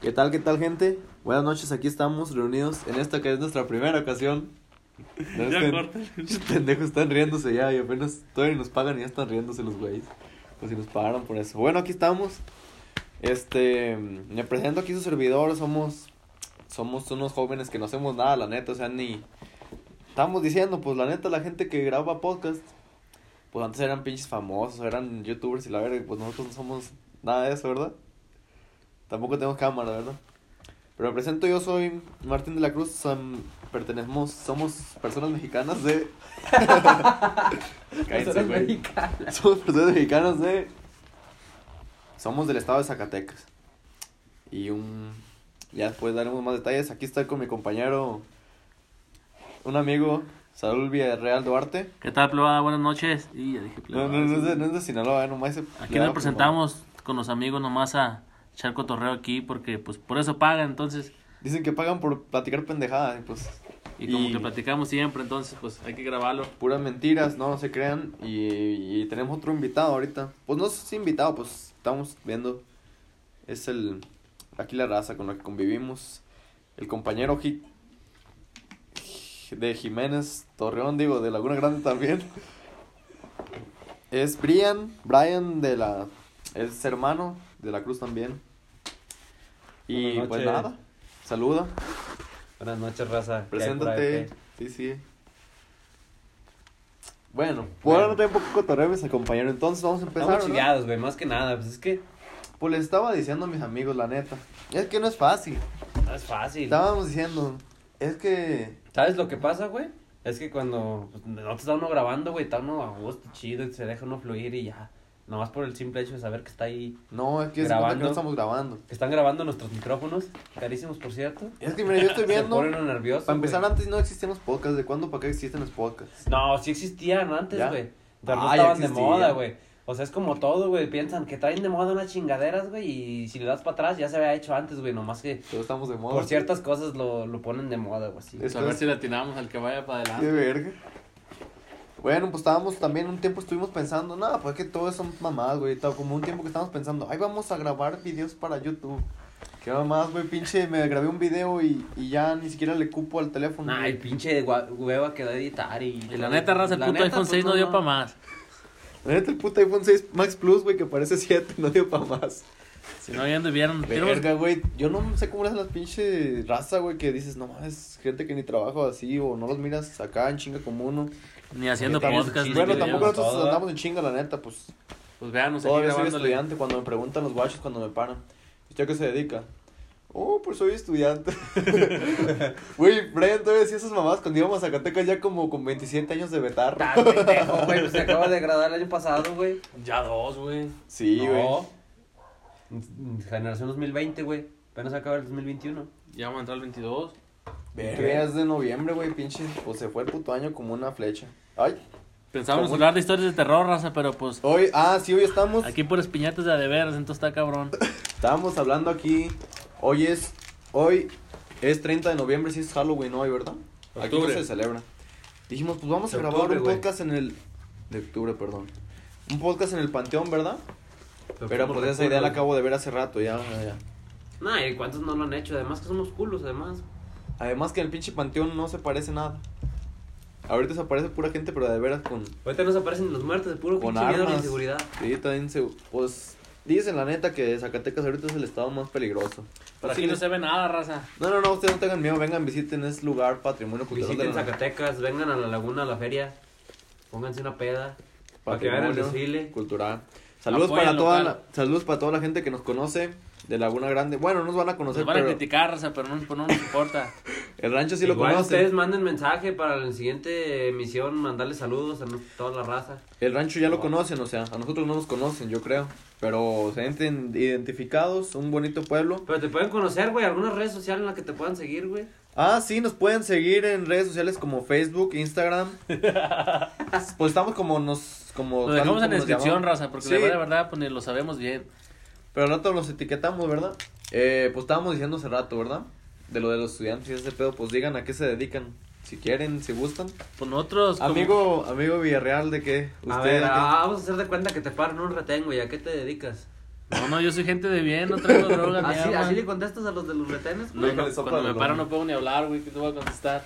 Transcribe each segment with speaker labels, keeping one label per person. Speaker 1: ¿Qué tal, qué tal, gente? Buenas noches, aquí estamos reunidos en esta que es nuestra primera ocasión. No
Speaker 2: Ya
Speaker 1: estén-
Speaker 2: córtale.
Speaker 1: pendejos están riéndose ya y apenas todavía ni nos pagan y ya están riéndose los güeyes. Pues si nos pagaron por eso. Bueno, aquí estamos. Este, me presento aquí su servidor, somos somos unos jóvenes que no hacemos nada, la neta, o sea, ni estamos diciendo, pues la neta la gente que graba podcast pues antes eran pinches famosos, eran youtubers y la verga, y, pues nosotros no somos nada de eso, ¿verdad? Tampoco tenemos cámara, ¿verdad? Pero me presento, yo soy Martín de la Cruz, son- pertenecemos, somos personas mexicanas de... Cállense,
Speaker 3: Personas
Speaker 1: güey.
Speaker 3: mexicanas.
Speaker 1: Somos personas mexicanas de... Somos del estado de Zacatecas. Y un... Ya después daremos más detalles. Aquí está con mi compañero, un amigo, Saúl Villarreal Duarte.
Speaker 2: ¿Qué tal, plebada? Buenas noches. Y ya dije
Speaker 1: No,
Speaker 2: plebada.
Speaker 1: no, no es de, no es de Sinaloa, eh, nomás se-
Speaker 2: Aquí
Speaker 1: le
Speaker 2: nos
Speaker 1: da,
Speaker 2: presentamos con los amigos nomás a echar cotorreo aquí porque pues por eso pagan, entonces.
Speaker 1: por favor. Dicen que pagan por platicar pendejadas, y pues
Speaker 2: Y como
Speaker 1: Y-
Speaker 2: que platicamos siempre, entonces pues hay que grabarlo.
Speaker 1: puras mentiras, no, no se crean. Y, y tenemos otro invitado ahorita. Pues no es invitado, pues estamos viendo. Es el. Aquí la raza con la que convivimos. El compañero Ji- de Jiménez Torreón, digo, de Laguna Grande también. Es Brian, Brian de la. Es hermano de la Cruz también. Y
Speaker 3: Buenas
Speaker 1: pues
Speaker 3: noches.
Speaker 1: nada, saluda,
Speaker 3: Buenas noches, raza. ¿Qué hay por ahí,
Speaker 1: preséntate.
Speaker 3: qué?
Speaker 1: Sí, sí. Bueno, por ahora un poco cotorreo mis compañeros. Entonces vamos a empezar.
Speaker 3: Estamos
Speaker 1: ¿no?
Speaker 3: chillados, güey, más que nada. Pues es que
Speaker 1: Pues les estaba diciendo a mis amigos, la neta. Es que no es fácil.
Speaker 3: no es fácil.
Speaker 1: Estábamos diciendo, es que.
Speaker 3: ¿Sabes lo que pasa, güey? Es que cuando pues, no te está uno grabando, güey, está uno a gusto, chido, y se deja uno fluir y ya. Nomás por el simple hecho de saber que está ahí,
Speaker 1: No, es que, es que
Speaker 3: Grabando.
Speaker 1: no estamos grabando.
Speaker 3: que están grabando nuestros micrófonos, carísimos, por cierto.
Speaker 1: Es que, mira, yo estoy
Speaker 3: Se
Speaker 1: viendo.
Speaker 3: pone uno nervioso.
Speaker 1: Para empezar,
Speaker 3: güey.
Speaker 1: antes no existían los podcasts. ¿De cuándo para qué existen los podcasts?
Speaker 3: No, sí existían antes,
Speaker 1: ¿Ya?
Speaker 3: güey. Pero
Speaker 1: Ah,
Speaker 3: no
Speaker 1: ya
Speaker 3: estaban de
Speaker 1: existían.
Speaker 3: moda, güey. O sea, es como todo, güey. Piensan que traen de moda unas chingaderas, güey. Y si le das para atrás, ya se había hecho antes, güey. Nomás que
Speaker 1: Pero estamos de moda.
Speaker 3: por ciertas cosas lo, lo ponen de moda, güey. Sí.
Speaker 1: Es-
Speaker 2: Pues, a ver si le atinamos al que vaya para
Speaker 1: Qué
Speaker 2: adelante.
Speaker 1: verga. Bueno, pues estábamos también un tiempo estuvimos pensando, nada, pues es que todos son mamadas, güey. tal, Como un tiempo que estábamos pensando, ay, vamos a grabar videos para YouTube. Qué mamadas, güey, pinche, me grabé un video y, y ya ni siquiera le cupo al teléfono.
Speaker 3: Nah, el pinche gua- hueva que da editar y...
Speaker 2: Y la neta, raza, el
Speaker 3: La
Speaker 2: puto
Speaker 3: neta,
Speaker 2: iPhone
Speaker 3: pues,
Speaker 2: 6 no, dio para más.
Speaker 1: La neta, el puto iPhone 6 Max Plus, güey, que parece 7, no dio para más.
Speaker 2: Si no, ya anduvieron. Tenemos-
Speaker 1: Verga, güey, yo no sé cómo eres las pinche raza, güey, que dices, no mames, gente que ni trabaja así o no los miras acá en chinga como uno.
Speaker 2: Ni haciendo
Speaker 1: Estamos-
Speaker 2: podcast. ni
Speaker 1: Bueno,
Speaker 2: videos.
Speaker 1: tampoco
Speaker 3: nos-
Speaker 1: nosotros
Speaker 3: todo.
Speaker 1: andamos en chinga, la neta, pues
Speaker 2: Pues veanos aquí
Speaker 1: Todavía soy
Speaker 2: grabándole.
Speaker 1: estudiante cuando me preguntan los guachos cuando me paran. ¿Usted a qué se dedica? Oh, pues soy estudiante. Güey, Brian todavía decía esas mamás cuando íbamos a Zacatecas ya como con 27 años de vetar.
Speaker 3: Nah, pendejo, güey. pues, Se acaba de graduar el año pasado, güey.
Speaker 2: Ya dos, güey.
Speaker 1: Sí, güey.
Speaker 3: No. Mm, Generación 2020, güey. Apenas acaba el 2021.
Speaker 2: Ya vamos a entrar al 22.
Speaker 1: Verga, ya es de noviembre, güey, pinche. Pues se fue el puto año como una flecha. Ay,
Speaker 2: Pensábamos
Speaker 1: ¿Cómo?
Speaker 2: hablar de historias de terror, raza, pero pues
Speaker 1: hoy, ah, sí, hoy estamos.
Speaker 2: aquí puras piñatas de a de veras, entonces está cabrón.
Speaker 1: Estábamos hablando aquí. Hoy es, hoy es 30 de noviembre, sí es Halloween hoy, ¿verdad? Aquí no
Speaker 2: Octubre.
Speaker 1: se celebra. Dijimos, pues vamos a
Speaker 3: De
Speaker 1: grabar
Speaker 3: octubre,
Speaker 1: un
Speaker 3: güey.
Speaker 1: podcast en el. De octubre, perdón. Un podcast en el Panteón, ¿verdad? Pero pues esa idea la acabo de ver hace rato, ya, ya, ya.
Speaker 3: Nah, ¿y cuántos no lo han hecho? Además que somos culos, además.
Speaker 1: Además que el pinche Panteón no se parece nada. Ahorita se parece pura gente, pero de veras con,
Speaker 3: Ahorita nos aparecen los muertos de puro
Speaker 1: con
Speaker 3: pinche miedo a la
Speaker 1: armas.
Speaker 3: inseguridad.
Speaker 1: Sí, también se. Pues dicen la neta que Zacatecas ahorita es el estado más peligroso.
Speaker 2: Por
Speaker 1: Sí,
Speaker 2: aquí no se ve nada, raza.
Speaker 1: No, no, no, ustedes no tengan miedo, vengan, visiten, es lugar patrimonio cultural
Speaker 3: Visiten
Speaker 1: de la
Speaker 3: Zacatecas, vengan a la laguna, a la feria. Pónganse una peda. Para que vean
Speaker 1: patrimonio
Speaker 3: el desfile.
Speaker 1: cultural. Saludos
Speaker 2: Apoyen
Speaker 1: para toda la,
Speaker 2: local.
Speaker 1: saludos para toda la gente que nos conoce de Laguna Grande. Bueno, no nos van a
Speaker 2: Nos
Speaker 1: conocer,
Speaker 2: van a
Speaker 1: pero
Speaker 2: criticar, raza, pero no, pues, no nos importa.
Speaker 1: el rancho sí lo
Speaker 3: Igual
Speaker 1: conoce.
Speaker 3: ustedes manden mensaje para la siguiente emisión, mandarles saludos a no- toda la raza.
Speaker 1: El rancho ya lo conocen, o sea, a nosotros no nos conocen, yo creo, pero se sienten identificados, un bonito pueblo.
Speaker 3: Pero te pueden conocer, güey, algunas redes sociales en las que te puedan seguir, güey.
Speaker 1: Ah, sí, nos pueden seguir en redes sociales como Facebook, Instagram. pues estamos como nos como
Speaker 2: Lo dejamos
Speaker 1: como
Speaker 2: en la
Speaker 1: nos
Speaker 2: descripción,
Speaker 1: llamamos.
Speaker 2: raza, porque
Speaker 1: Sí.
Speaker 2: la verdad, la verdad, pues ni lo sabemos bien.
Speaker 1: Pero al rato los etiquetamos, ¿verdad? Eh, pues estábamos diciendo hace rato, ¿verdad? De lo de los estudiantes y ese pedo, pues digan a qué se dedican. Si quieren, si gustan.
Speaker 2: Pues nosotros, como-
Speaker 1: Amigo, amigo Villarreal, ¿de qué?
Speaker 3: A
Speaker 1: ¿Usted
Speaker 3: ver,
Speaker 1: a ah. qué?
Speaker 3: ah, vamos a hacer de cuenta que te paran un retén, güey. ¿A qué te dedicas?
Speaker 2: No, no, yo soy gente de bien, no traigo droga. ni
Speaker 4: ¿Así,
Speaker 2: armas.
Speaker 4: así le contestas a los de los retenes?
Speaker 2: No, no,
Speaker 1: Déjale sopla
Speaker 2: cuando me
Speaker 1: la
Speaker 2: paro
Speaker 1: goma.
Speaker 2: no puedo ni hablar, güey, que te voy a contestar.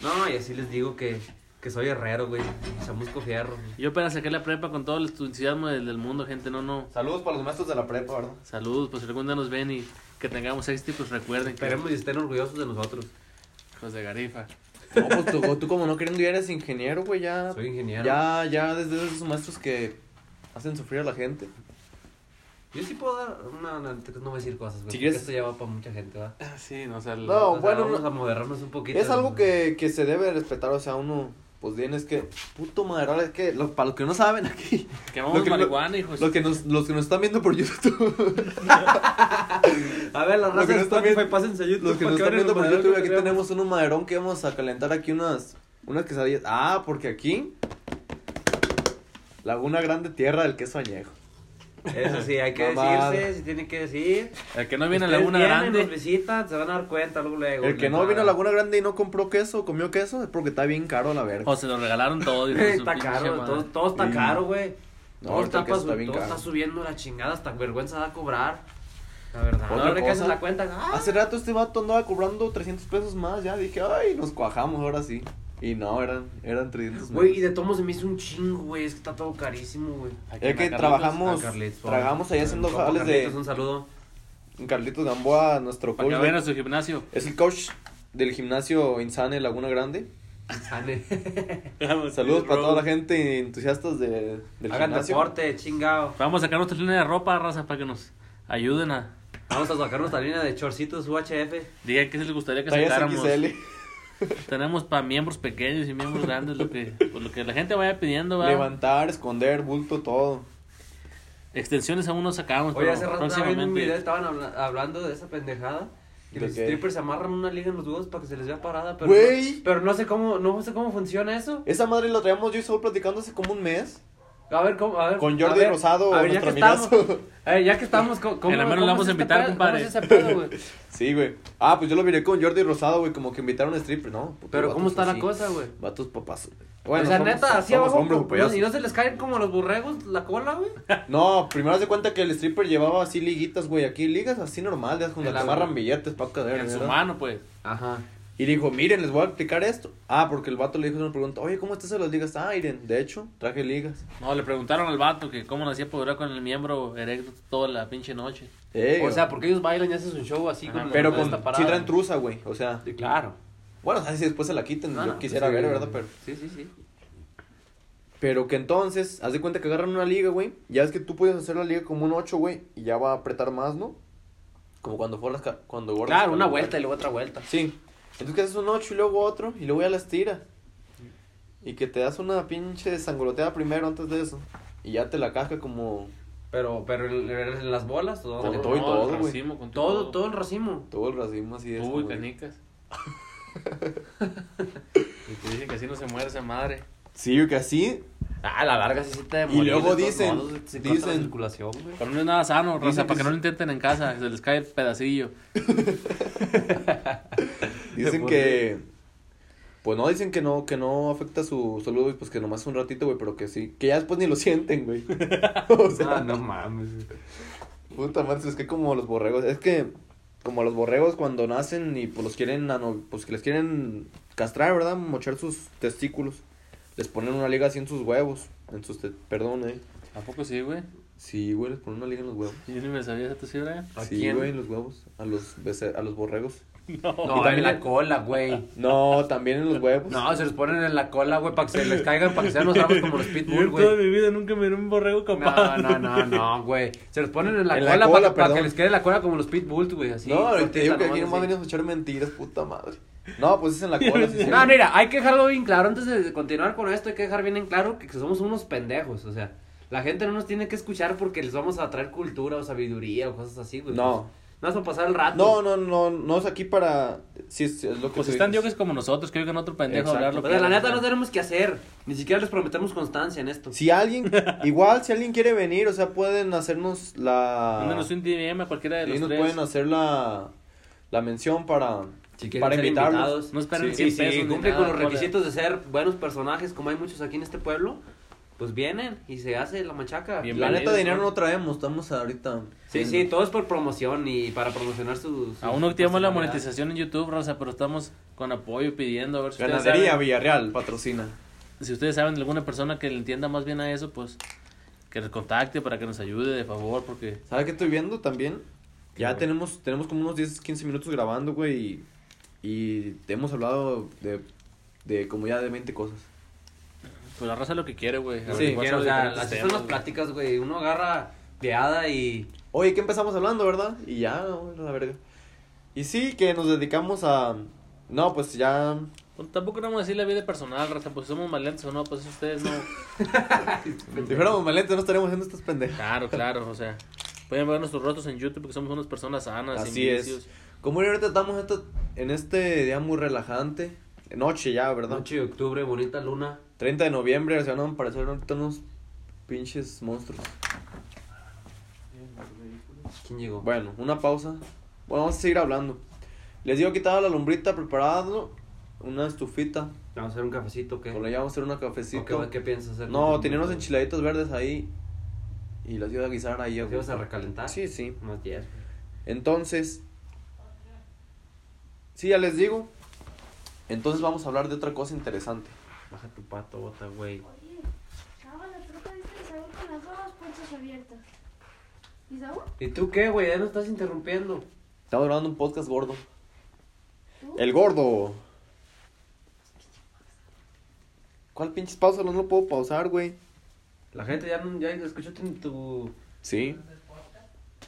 Speaker 3: No, y así les digo que, que soy herrero, güey. Chamusco fierro.
Speaker 2: Yo apenas saqué la prepa con todo el entusiasmo del, del mundo, gente, no, no.
Speaker 1: Saludos para los maestros de la prepa, ¿verdad?
Speaker 2: Saludos, pues si algún día nos ven y que tengamos éxito, pues recuerden que
Speaker 3: Esperemos y estén orgullosos de nosotros.
Speaker 2: hijos de Garifa.
Speaker 1: No, pues tú, tú como no queriendo ya eres ingeniero, güey, ya.
Speaker 3: Soy ingeniero.
Speaker 1: Ya, ya, desde esos maestros que hacen sufrir a la gente.
Speaker 3: Yo sí puedo dar. No, no, entonces no voy a decir cosas, güey.
Speaker 1: Si
Speaker 3: porque
Speaker 1: quieres-
Speaker 3: Esto ya va para mucha gente, ¿va?
Speaker 2: Sí, no, o sea, el-
Speaker 1: No,
Speaker 3: O sea,
Speaker 1: bueno,
Speaker 3: Vamos
Speaker 1: no-
Speaker 3: a moderarnos un poquito.
Speaker 1: Es algo
Speaker 3: ¿no?
Speaker 1: que, que se debe respetar, o sea, uno, pues bien, es que, puto madre, es que, lo- para los que no saben aquí,
Speaker 2: quemamos
Speaker 1: Lo que-
Speaker 2: marihuana, hijos.
Speaker 1: los que, nos, los que nos están viendo por YouTube,
Speaker 3: A ver, la
Speaker 1: Los que
Speaker 3: raza de
Speaker 1: no están
Speaker 3: Spotify,
Speaker 1: viendo-
Speaker 3: pásense a YouTube.
Speaker 1: los que
Speaker 3: para
Speaker 1: nos están
Speaker 3: vean el
Speaker 1: viendo por
Speaker 3: moderador
Speaker 1: YouTube,
Speaker 3: que
Speaker 1: aquí
Speaker 3: tenemos.
Speaker 1: tenemos un maderón que vamos a calentar aquí unas, unas quesadillas. Ah, porque aquí, Laguna Grande Tierra del Queso Añejo.
Speaker 3: Eso sí, hay que
Speaker 1: Mamada.
Speaker 3: decirse, si tienen que decir.
Speaker 2: El que no viene a
Speaker 3: Ustedes
Speaker 2: Laguna
Speaker 3: vienen,
Speaker 2: Grande.
Speaker 3: Nos visitan, se van a dar cuenta luego, luego.
Speaker 1: El que no
Speaker 3: neta.
Speaker 1: vino a Laguna Grande y no compró queso, comió queso, es porque está bien caro la verga.
Speaker 2: O se lo regalaron todo. hijo de su
Speaker 3: Está
Speaker 2: pinche
Speaker 3: caro,
Speaker 2: madre.
Speaker 3: todo, todo está
Speaker 1: Sí.
Speaker 3: caro, güey.
Speaker 1: No,
Speaker 3: todo
Speaker 1: ahorita
Speaker 3: está,
Speaker 1: el queso
Speaker 3: pa-
Speaker 1: está bien
Speaker 3: todo
Speaker 1: caro.
Speaker 3: está subiendo la chingada, hasta vergüenza da cobrar. La verdad.
Speaker 1: Otra
Speaker 3: Ahora que haces
Speaker 1: cosa.
Speaker 3: la cuenta, ah,
Speaker 1: Hace rato este vato andaba cobrando 300 pesos más, ya dije, ay, nos cuajamos ahora sí. Y no, eran, eran 300
Speaker 3: Güey, y
Speaker 1: menos.
Speaker 3: de tomo se me hizo un chingo, güey. Es que está todo carísimo, güey.
Speaker 2: Aquí
Speaker 1: Es
Speaker 2: en
Speaker 1: que
Speaker 2: la Carlitos.
Speaker 1: trabajamos,
Speaker 3: Ah, Carlitos, por
Speaker 1: trabajamos
Speaker 3: favor.
Speaker 1: ahí haciendo
Speaker 3: Compa
Speaker 1: jales
Speaker 3: Carlitos,
Speaker 1: de
Speaker 3: Un saludo.
Speaker 1: Carlitos Gamboa, nuestro
Speaker 2: Para
Speaker 1: coach.
Speaker 2: que
Speaker 1: de-
Speaker 2: vayan a su gimnasio.
Speaker 1: es el coach del gimnasio Insane Laguna Grande.
Speaker 3: Sale.
Speaker 1: Saludos para toda la gente entusiastas de, del
Speaker 3: Hagan
Speaker 1: gimnasio.
Speaker 3: deporte, chingado.
Speaker 2: Vamos a sacar nuestra línea de ropa, raza, para que nos ayuden a.
Speaker 3: Vamos a sacar nuestra línea de chorcitos UHF.
Speaker 2: Digan qué se les gustaría que
Speaker 1: Tallas
Speaker 2: sacáramos.
Speaker 1: XL.
Speaker 2: Tenemos para miembros pequeños y miembros grandes, lo que, pues, lo que la gente vaya pidiendo, va.
Speaker 1: Levantar, esconder, bulto, todo.
Speaker 2: Extensiones aún no sacamos,
Speaker 3: Oye,
Speaker 2: pero
Speaker 3: hace rato estaba viendo un video,
Speaker 2: próximamente.
Speaker 3: estaban habla- hablando de esa pendejada. Que
Speaker 1: ¿De
Speaker 3: los
Speaker 1: qué?
Speaker 3: strippers se amarran una liga en los huevos para que se les vea parada, pero
Speaker 1: Güey.
Speaker 3: no, pero no sé cómo, no sé cómo funciona eso.
Speaker 1: Esa madre la traíamos yo y Saúl platicando hace como un mes.
Speaker 3: A ver cómo, a ver.
Speaker 1: Con
Speaker 3: a
Speaker 1: Jordi
Speaker 3: ver,
Speaker 1: Rosado,
Speaker 3: a ver, ya que
Speaker 1: nuestro
Speaker 3: estamos,
Speaker 1: amigazo.
Speaker 3: a ver, ya que estamos, co- ¿cómo,
Speaker 2: En la mano
Speaker 3: cómo
Speaker 2: lo vamos
Speaker 3: es
Speaker 2: a
Speaker 3: este
Speaker 2: invitar,
Speaker 3: pedo?
Speaker 2: compadre.
Speaker 3: ¿Cómo es ese pedo, güey?
Speaker 1: Sí, güey. Ah, pues yo lo miré con Jordi Rosado, güey, como que invitaron a stripper, ¿no? Puto
Speaker 3: Pero cómo
Speaker 1: vatos
Speaker 3: está la
Speaker 1: así,
Speaker 3: cosa, güey.
Speaker 1: Vatos papás.
Speaker 3: o sea, neta, así abajo,
Speaker 1: hombres,
Speaker 3: como-
Speaker 1: payasos.
Speaker 3: y no se les caen como los borregos la cola, güey.
Speaker 1: No, primero se cuenta que el stripper llevaba así liguitas, güey, aquí ligas así normales, con
Speaker 3: En
Speaker 1: las que
Speaker 3: la-
Speaker 1: amarran billetes para caer.
Speaker 2: En su
Speaker 1: este ¿verdad?
Speaker 2: mano, pues.
Speaker 3: Ajá.
Speaker 1: Y dijo, miren, les voy a explicar esto. Ah, porque el vato le dijo una pregunta, oye, ¿cómo estás en las ligas? Ah, Iren, de hecho, traje ligas.
Speaker 2: No, le preguntaron al vato que cómo lo hacía para durar con el miembro erecto toda la pinche noche.
Speaker 1: Eh,
Speaker 3: O sea, porque ellos bailan y hacen un show así
Speaker 2: Ajá,
Speaker 3: con
Speaker 1: pero
Speaker 3: la
Speaker 1: con
Speaker 3: esta parada.
Speaker 1: sí traen truza, güey, o sea.
Speaker 3: Sí, claro.
Speaker 1: Bueno, o sea, si después se la quiten,
Speaker 3: No,
Speaker 1: yo
Speaker 3: no,
Speaker 1: quisiera
Speaker 3: pues sí,
Speaker 1: ver, ¿verdad? Pero...
Speaker 3: Sí, sí, sí.
Speaker 1: Pero que entonces, haz de cuenta que agarran una liga, güey. Ya es que tú puedes hacer la liga como un 8, güey. Y ya va a apretar más, ¿no? Como cuando forras, ca- cuando borras.
Speaker 3: Claro, una vuelta y luego otra vuelta.
Speaker 1: Sí. Entonces que haces un 8 y luego otro. Y luego ya las tiras. Y que te das una pinche sangoloteada primero antes de eso. Y ya te la casca como
Speaker 3: Pero, pero en, en las bolas, todo,
Speaker 1: Con
Speaker 3: todo,
Speaker 1: todo y
Speaker 2: No,
Speaker 1: todo,
Speaker 2: el
Speaker 1: güey.
Speaker 2: racimo, con
Speaker 3: todo, el racimo.
Speaker 1: todo el racismo así es.
Speaker 2: Tú y
Speaker 1: como de-
Speaker 2: canicas. y te dicen que así no se muere esa madre.
Speaker 1: Sí, güey, que así.
Speaker 3: Ah, la larga sí se te
Speaker 1: morir luego de todos dicen- modos, se corta la dicen-
Speaker 3: circulación, güey.
Speaker 2: Pero no es nada sano,
Speaker 1: Dicen
Speaker 2: raza,
Speaker 1: que
Speaker 2: para que no
Speaker 1: sí.
Speaker 2: lo intenten en casa, se les cae el pedacillo.
Speaker 1: Dicen
Speaker 3: Por
Speaker 1: que. Pues no, dicen que no, que no afecta su salud, güey, pues que nomás un ratito, güey, pero que sí, que ya después ni lo sienten, güey. o sea,
Speaker 3: Ah, no mames.
Speaker 1: Puta madre, es que como los borregos, es que como los borregos cuando nacen y pues los quieren, ano- pues que les quieren castrar, ¿verdad? Mochar sus testículos. Les ponen una liga así en sus huevos, en sus, te- perdón, eh.
Speaker 2: ¿A poco sí, güey?
Speaker 1: Sí, güey, les ponen una liga en los huevos.
Speaker 2: Yo ni me sabía esa sí, Brian.
Speaker 3: ¿A
Speaker 1: sí,
Speaker 3: quién?
Speaker 1: güey, en los huevos, a los bece- a los borregos.
Speaker 3: No,
Speaker 1: también
Speaker 3: en la
Speaker 1: le-
Speaker 3: cola, güey.
Speaker 1: No, también en los huevos.
Speaker 3: No, se los ponen en la cola, güey, para que se les caigan, para que sean los ramos como los pitbull, güey.
Speaker 2: mi vida nunca miré un borrego
Speaker 3: No, no, no, no, güey. Se los ponen en la
Speaker 1: En la
Speaker 3: cola,
Speaker 1: cola,
Speaker 3: para, que, para que
Speaker 1: perdón.
Speaker 3: les quede la cola como los pitbull, güey, así.
Speaker 1: no, te digo
Speaker 3: cortita,
Speaker 1: que aquí
Speaker 3: nomás
Speaker 1: nomás
Speaker 3: así.
Speaker 1: venimos a echar mentiras, puta madre. No, pues es en la cola. sí, sí.
Speaker 3: No, mira, hay que dejarlo bien claro. Antes de continuar con esto, hay que dejar bien en claro que somos unos pendejos. O sea, la gente no nos tiene que escuchar porque les vamos a traer cultura o sabiduría o cosas así, güey. pues,
Speaker 1: No.
Speaker 3: No vas a pasar el rato.
Speaker 1: No, no, no, no es aquí para... Sí, sí, es lo que
Speaker 2: Pues
Speaker 1: tú
Speaker 2: están
Speaker 1: dices.
Speaker 2: dioses como nosotros, que oigan otro pendejo
Speaker 1: Exacto.
Speaker 2: hablarlo.
Speaker 3: O sea, la neta no
Speaker 2: no
Speaker 3: tenemos que hacer. Ni siquiera les prometemos constancia en esto.
Speaker 1: Si alguien, igual si alguien quiere venir, o sea, pueden hacernos la...
Speaker 2: Mándenos un DM a cualquiera de
Speaker 1: Sí,
Speaker 2: los
Speaker 1: nos
Speaker 2: tres.
Speaker 1: pueden hacer la, la mención para,
Speaker 3: Si quieren
Speaker 1: para
Speaker 3: ser
Speaker 1: invitarnos.
Speaker 3: invitados.
Speaker 2: No esperen
Speaker 1: Sí,
Speaker 3: Sí,
Speaker 2: cien pesos
Speaker 3: sí,
Speaker 2: ni
Speaker 3: cumple
Speaker 2: nada,
Speaker 3: con los
Speaker 2: cola.
Speaker 3: requisitos de ser buenos personajes, como hay muchos aquí en este pueblo. pues vienen y se hace la machaca.
Speaker 2: Bien,
Speaker 1: La neta,
Speaker 2: Bienvenidos,
Speaker 1: dinero
Speaker 2: ¿no?
Speaker 1: no traemos, estamos ahorita.
Speaker 3: Sí, sí, todo es por promoción y para promocionar sus.
Speaker 2: Aún no activamos
Speaker 3: Pues
Speaker 2: la monetización en YouTube, Rosa, pero estamos con apoyo pidiendo a ver si ustedes
Speaker 1: Ganadería
Speaker 2: saben-
Speaker 1: Villarreal patrocina.
Speaker 2: si ustedes saben de alguna persona que le entienda más bien a eso, pues que nos contacte para que nos ayude, de favor, porque
Speaker 1: ¿Sabes qué estoy viendo también? Ya
Speaker 2: güey?
Speaker 1: tenemos tenemos como unos 10, 15 minutos grabando, güey, y, y te hemos hablado de, de como ya de 20 cosas.
Speaker 2: pues la raza lo que quiere, güey.
Speaker 1: Sí,
Speaker 2: Averiguar
Speaker 3: Quiero, o
Speaker 2: sobre
Speaker 3: sea,
Speaker 2: diferentes
Speaker 3: así son
Speaker 2: temas,
Speaker 3: las
Speaker 2: güey.
Speaker 3: pláticas, güey. Uno agarra veada y.
Speaker 1: Oye, ¿qué empezamos hablando, verdad? Y ya, güey, la verga. Y sí, que nos dedicamos a... No, pues ya...
Speaker 2: Pues, tampoco no vamos a decir la vida personal, raza, pues somos maleantes o no, pues ustedes no.
Speaker 1: Si fuéramos más lentos, no estaríamos haciendo estas pendejas.
Speaker 2: Claro, claro, o sea, pueden ver nuestros rostros en YouTube porque somos unas personas sanas, sin
Speaker 1: Así es.
Speaker 2: vicios.
Speaker 1: Como ahorita estamos esto- en este día muy relajante. Noche ya, ¿verdad?
Speaker 3: Noche de octubre, bonita luna.
Speaker 1: 30 de noviembre, se van a aparecer ahorita unos pinches monstruos.
Speaker 3: ¿Quién llegó?
Speaker 1: Bueno, una pausa. Bueno, vamos a seguir hablando. Les digo que estaba la lombrita preparado, una estufita.
Speaker 3: Vamos a hacer un cafecito, ¿qué?
Speaker 1: Con la ya vamos a hacer una
Speaker 3: ¿O
Speaker 1: cafecito.
Speaker 3: ¿Qué, ¿Qué piensas hacer?
Speaker 1: No, tenía unos enchiladitos verdes ahí y las iba a guisar ahí.
Speaker 3: ¿Los ibas a recalentar?
Speaker 1: Sí, sí.
Speaker 3: Más 10.
Speaker 1: Entonces, sí, ya les digo. Entonces vamos a hablar de otra cosa interesante.
Speaker 3: Baja tu pato, bota, güey.
Speaker 5: Oye, Chava, la troca dice que Saúl con las dos puertas abiertas. ¿Y Saúl?
Speaker 3: ¿Y tú qué, güey? Ya nos estás interrumpiendo.
Speaker 1: Estamos grabando un podcast gordo.
Speaker 5: ¿Tú?
Speaker 1: El gordo. ¿Cuál pinches pausa? No lo puedo pausar, güey.
Speaker 3: La gente ya, no- ya escuchó tu, tu,
Speaker 1: Sí.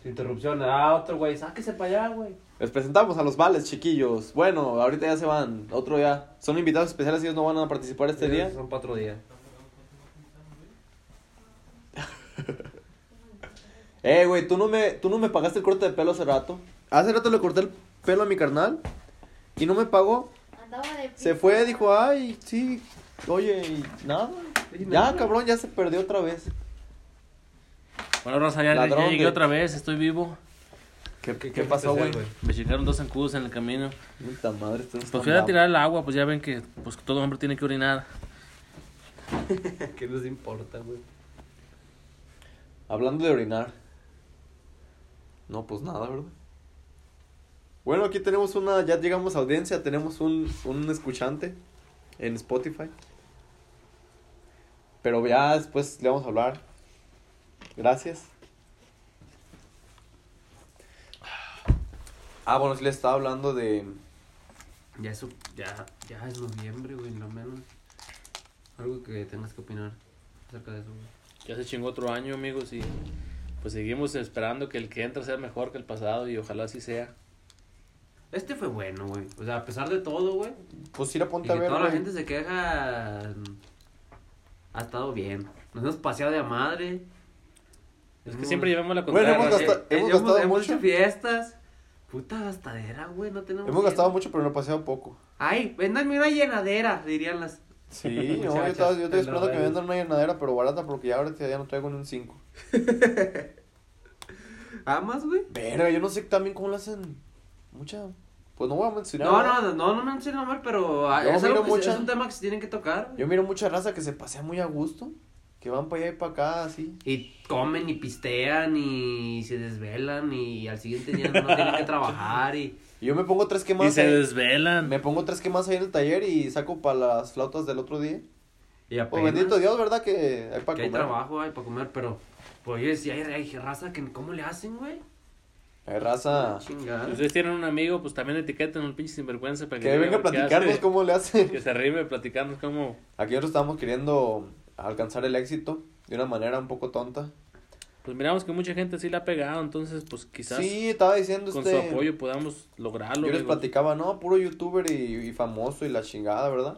Speaker 3: tu interrupción. Ah, otro güey, sáquese para allá, güey.
Speaker 1: Les presentamos a los vales, chiquillos. Bueno, ahorita ya se van, otro día. Son invitados especiales, ellos no van a participar este día.
Speaker 3: Son cuatro días.
Speaker 1: Eh, güey, tú no me tú no me pagaste el corte de pelo hace rato. Hace rato le corté el pelo a mi carnal y no me pagó.
Speaker 5: Andaba de
Speaker 1: Se fue, dijo, "Ay, sí. Oye, y nada." Ya, cabrón, ya se perdió otra vez.
Speaker 2: Bueno, Rosa, ya, ya
Speaker 1: Ladrón
Speaker 2: llegué
Speaker 1: de-
Speaker 2: otra vez, estoy vivo.
Speaker 1: ¿Qué,
Speaker 3: ¿Qué-
Speaker 1: qué
Speaker 3: qué
Speaker 1: pasó,
Speaker 3: fuiste a
Speaker 1: güey?
Speaker 3: hacer,
Speaker 2: Me llegaron dos zancudos en el camino.
Speaker 1: Puta madre, esto
Speaker 2: Pues fui a tirar el agua, pues ya ven que pues todo hombre tiene que orinar.
Speaker 3: ¿Qué nos importa, güey?
Speaker 1: Hablando de orinar. No, pues nada, ¿verdad? Bueno, aquí tenemos una, ya llegamos a audiencia, tenemos un, un escuchante en Spotify. Pero ya después le vamos a hablar. Gracias. Ah, bueno, sí le estaba hablando de...
Speaker 3: Ya es, ya, ya es noviembre, güey, no menos. Algo que tengas que opinar acerca de eso, güey.
Speaker 2: Ya se chingó otro año, amigos, y pues seguimos esperando que el que entra sea mejor que el pasado y ojalá así sea.
Speaker 3: Este fue bueno, güey. O sea, a pesar de todo, güey.
Speaker 1: Pues ir a
Speaker 3: Y
Speaker 1: ponte
Speaker 3: que
Speaker 1: a ver.
Speaker 3: toda la
Speaker 1: güey.
Speaker 3: gente se queja. mm, Ha estado bien. Nos hemos paseado de a madre.
Speaker 2: Es que
Speaker 3: Hemos-
Speaker 2: siempre llevamos la
Speaker 1: Mm. Bueno,
Speaker 2: contraria.
Speaker 1: hemos
Speaker 2: ¿no?
Speaker 3: eh,
Speaker 1: gastado-
Speaker 3: eh,
Speaker 1: hemos
Speaker 3: hemos,
Speaker 1: gastado
Speaker 3: hemos
Speaker 1: mucho.
Speaker 3: hecho fiestas. Puta gastadera, güey. No tenemos.
Speaker 1: Hemos gastado
Speaker 3: dinero.
Speaker 1: mucho, pero no paseado poco.
Speaker 3: Ay, véndanme una llenadera, dirían las.
Speaker 1: Sí, no, yo
Speaker 3: Muchachas,
Speaker 1: estaba, yo estaba
Speaker 3: en
Speaker 1: esperando
Speaker 3: los
Speaker 1: que me
Speaker 3: reyes.
Speaker 1: vendan una llenadera, pero barata, porque ya ahorita ya no traigo ni un 5.
Speaker 3: ¿Amas, güey?
Speaker 1: Verga, yo no sé también cómo lo hacen. Mucha. Pues no voy a mencionar.
Speaker 3: No,
Speaker 1: ¿verdad?
Speaker 3: no, no, no, no menciono amor, pero ah,
Speaker 1: Yo
Speaker 3: es, algo
Speaker 1: miro
Speaker 3: que se-
Speaker 1: mucha-
Speaker 3: es un tema que se tienen que tocar. güey.
Speaker 1: Yo miro mucha raza que se pasea muy a gusto. Que van para allá y para acá, así.
Speaker 3: Y comen y pistean y se desvelan y al siguiente día no tienen que trabajar y.
Speaker 1: Y yo me pongo tres
Speaker 2: Y
Speaker 1: quemas
Speaker 2: se
Speaker 1: ahí.
Speaker 2: desvelan.
Speaker 1: Me pongo tres quemas ahí en el taller y saco para las flautas del otro día.
Speaker 3: Y
Speaker 1: Pues
Speaker 3: apenas.
Speaker 1: bendito Dios, ¿verdad? Que hay para
Speaker 3: que hay
Speaker 1: comer.
Speaker 3: trabajo, hay para comer, pero. Pues yo decía, hay, hay raza que cómo le hacen, güey.
Speaker 1: Hay raza.
Speaker 3: Chingada.
Speaker 2: Si ustedes tienen un amigo, pues también etiqueten un pinche sinvergüenza para que,
Speaker 1: Que
Speaker 2: diga
Speaker 1: venga a
Speaker 2: qué
Speaker 1: platicarnos
Speaker 2: hace,
Speaker 1: cómo le
Speaker 2: Que
Speaker 1: hacen.
Speaker 2: se arrime, platicarnos cómo.
Speaker 1: Aquí nosotros estamos queriendo alcanzar el éxito de una manera un poco tonta.
Speaker 2: Pues miramos que mucha gente sí la ha pegado, entonces pues quizás
Speaker 1: Sí, estaba diciendo
Speaker 2: con
Speaker 1: este.
Speaker 2: su apoyo podamos lograrlo.
Speaker 1: Yo les
Speaker 2: amigos.
Speaker 1: platicaba, no, puro youtuber y, y famoso y la chingada, ¿verdad?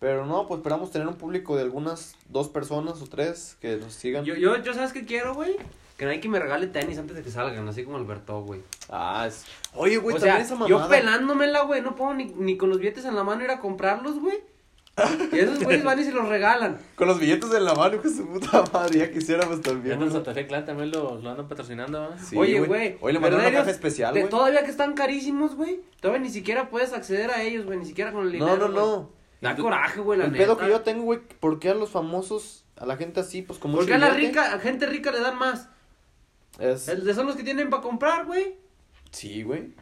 Speaker 1: Pero no, pues esperamos tener un público de algunas dos personas o tres que nos sigan.
Speaker 3: Yo, yo, yo, ¿sabes qué quiero, güey? Que Nike me regale tenis antes de que salgan, así como Alberto, güey.
Speaker 1: Ah, es... Oye, güey,
Speaker 3: o
Speaker 1: también
Speaker 3: sea,
Speaker 1: esa mamada.
Speaker 3: yo pelándomela, güey, no puedo ni, ni con los billetes en la mano ir a comprarlos, güey. Y esos güeyes van y se los regalan.
Speaker 1: Con los billetes en la mano, que su puta madre, ya quisiéramos
Speaker 2: Ya
Speaker 1: también.
Speaker 2: en
Speaker 1: ¿no?
Speaker 2: Santa Fe Clan también lo, lo andan patrocinando, ¿verdad?
Speaker 1: Sí,
Speaker 3: Oye, güey.
Speaker 1: Hoy le mandaron una
Speaker 3: verdaderos,
Speaker 1: caja especial,
Speaker 3: de-
Speaker 1: güey.
Speaker 3: Todavía que están carísimos, güey. Todavía ni siquiera puedes acceder a ellos, güey. Ni siquiera con el
Speaker 1: No,
Speaker 3: dinero.
Speaker 1: no,
Speaker 3: güey.
Speaker 1: no.
Speaker 3: Da coraje, güey, la
Speaker 1: El
Speaker 3: neta.
Speaker 1: pedo que yo tengo, güey, ¿por qué a los famosos, a la gente así, pues como
Speaker 3: ¿Por qué a la
Speaker 1: billete?
Speaker 3: rica, a gente rica le dan más?
Speaker 1: Es...
Speaker 3: El de son los que tienen para comprar, güey.
Speaker 1: Sí, güey.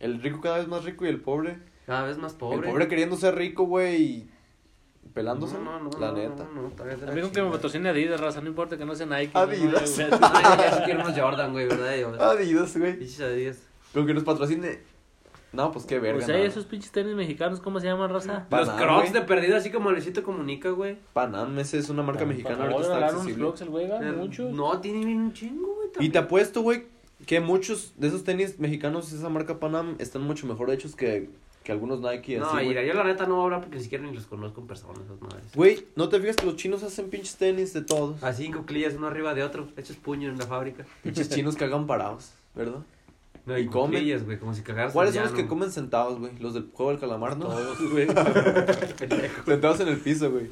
Speaker 1: El rico cada vez más rico y el pobre.
Speaker 3: Cada vez más pobre.
Speaker 1: El pobre queriendo ser rico, güey, y pelándose.
Speaker 3: No, no, no.
Speaker 1: la
Speaker 3: no,
Speaker 1: neta.
Speaker 3: No, no, todavía te la
Speaker 2: Amigo que me
Speaker 3: chingas.
Speaker 2: patrocine Adidas, raza, no importa que no sea Nike.
Speaker 1: Ah, Adidas.
Speaker 2: no, güey.
Speaker 3: Ay, ya quiero unos Jordan, güey, ¿verdad? Yo,
Speaker 1: Adidas, güey.
Speaker 3: Pinches Adidas.
Speaker 1: Con que nos patrocine. No, pues qué verga.
Speaker 2: Pues hay
Speaker 1: nada.
Speaker 2: esos pinches tenis mexicanos, ¿cómo se llaman, raza?
Speaker 1: Pa'
Speaker 3: Los
Speaker 1: nada,
Speaker 3: Crocs
Speaker 1: güey.
Speaker 3: de perdido, así como Luisito Comunica, güey.
Speaker 1: Panam, ese es una marca mexicana, ahorita está
Speaker 2: regalaron unos
Speaker 1: accesible.
Speaker 2: Crocs el güey, ¿verdad?
Speaker 3: Eh,
Speaker 2: mucho.
Speaker 3: No, tiene bien un chingo, güey.
Speaker 1: Y
Speaker 3: también.
Speaker 1: te apuesto, güey, que muchos de esos tenis mexicanos de esa marca Panam están mucho mejor hechos que, que algunos Nike.
Speaker 3: No,
Speaker 1: así, güey.
Speaker 3: mira, yo la neta no voy a hablar porque ni siquiera ni los conozco en persona, esas madres.
Speaker 1: Güey, ¿no te fijas que los chinos hacen pinches tenis de todos?
Speaker 3: A cinco clillas, uno arriba de otro, hechos puño en la fábrica.
Speaker 1: Pinches chinos que hagan parados, ¿verdad?
Speaker 3: No,
Speaker 1: ¿Y
Speaker 3: y con
Speaker 1: comen?
Speaker 3: clillas, güey, como si cagaras.
Speaker 1: ¿Cuáles
Speaker 3: en
Speaker 1: son los que
Speaker 3: llano.
Speaker 1: comen sentados, güey? Los del juego del calamar, ¿no?
Speaker 3: Todos, güey. Pendejo.
Speaker 1: Sentados en el piso, güey.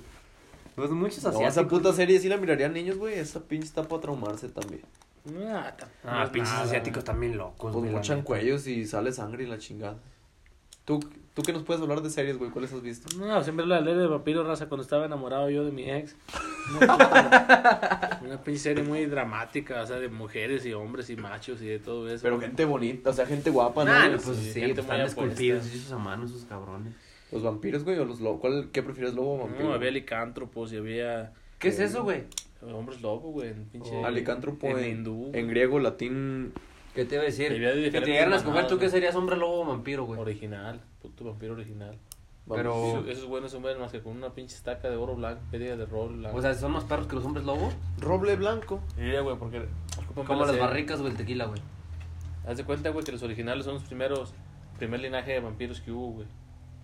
Speaker 3: Pues muchos
Speaker 1: No, esa
Speaker 3: asiáticos.
Speaker 1: puta serie sí la mirarían niños, güey. Esa pinche está para traumarse también.
Speaker 2: Ah, tam-
Speaker 3: Ah,
Speaker 2: no,
Speaker 3: pinches
Speaker 2: nada.
Speaker 3: asiáticos también locos,
Speaker 1: Pues
Speaker 3: güey. la
Speaker 1: mochan
Speaker 3: neta.
Speaker 1: cuellos y sale sangre y la chingada. ¿Tú, ¿Tú qué nos puedes hablar de series, güey? ¿Cuáles has visto?
Speaker 2: No, siempre la ley de vampiro raza cuando estaba enamorado yo de mi ex. una pinche serie muy dramática, o sea, de mujeres y hombres y machos y de todo eso.
Speaker 1: Pero gente bonita, o sea, gente guapa, ¿no?
Speaker 3: Nah,
Speaker 1: güey?
Speaker 3: no, pues
Speaker 2: Sí,
Speaker 3: sí,
Speaker 2: gente
Speaker 3: están
Speaker 2: muy
Speaker 3: esculpidos
Speaker 2: apuesta.
Speaker 3: esos a mano, esos cabrones.
Speaker 1: ¿Los vampiros, güey? ¿O los lobos? ¿Cuál, ¿Qué prefieres, lobo o vampiro?
Speaker 2: no, había licántropos y había
Speaker 3: ¿Qué es eso, güey?
Speaker 2: hombres lobo, güey. en Pinche,
Speaker 1: eh,
Speaker 3: Oh.
Speaker 1: Alicántropo
Speaker 2: en,
Speaker 1: en,
Speaker 2: hindú.
Speaker 1: en griego, latín.
Speaker 3: ¿Qué te iba a decir?
Speaker 2: Te iba a
Speaker 3: Que
Speaker 2: decir
Speaker 3: te llegaran a escoger,
Speaker 2: mamadas,
Speaker 3: ¿tú qué
Speaker 2: ¿no?
Speaker 3: serías, hombre lobo o vampiro, güey?
Speaker 2: original, puto vampiro original.
Speaker 3: Pero-
Speaker 1: vampiro.
Speaker 2: Eso- Esos buenos hombres más que con una pinche estaca de oro blanco, pérdida de rol blanco.
Speaker 3: O sea, ¿son más perros que los hombres lobo?
Speaker 1: Roble blanco.
Speaker 2: Sí, güey, porque...
Speaker 3: Como las barricas, güey, el tequila, güey.
Speaker 2: Haz de cuenta, güey, que los originales son los primeros, primer linaje de vampiros que hubo, güey.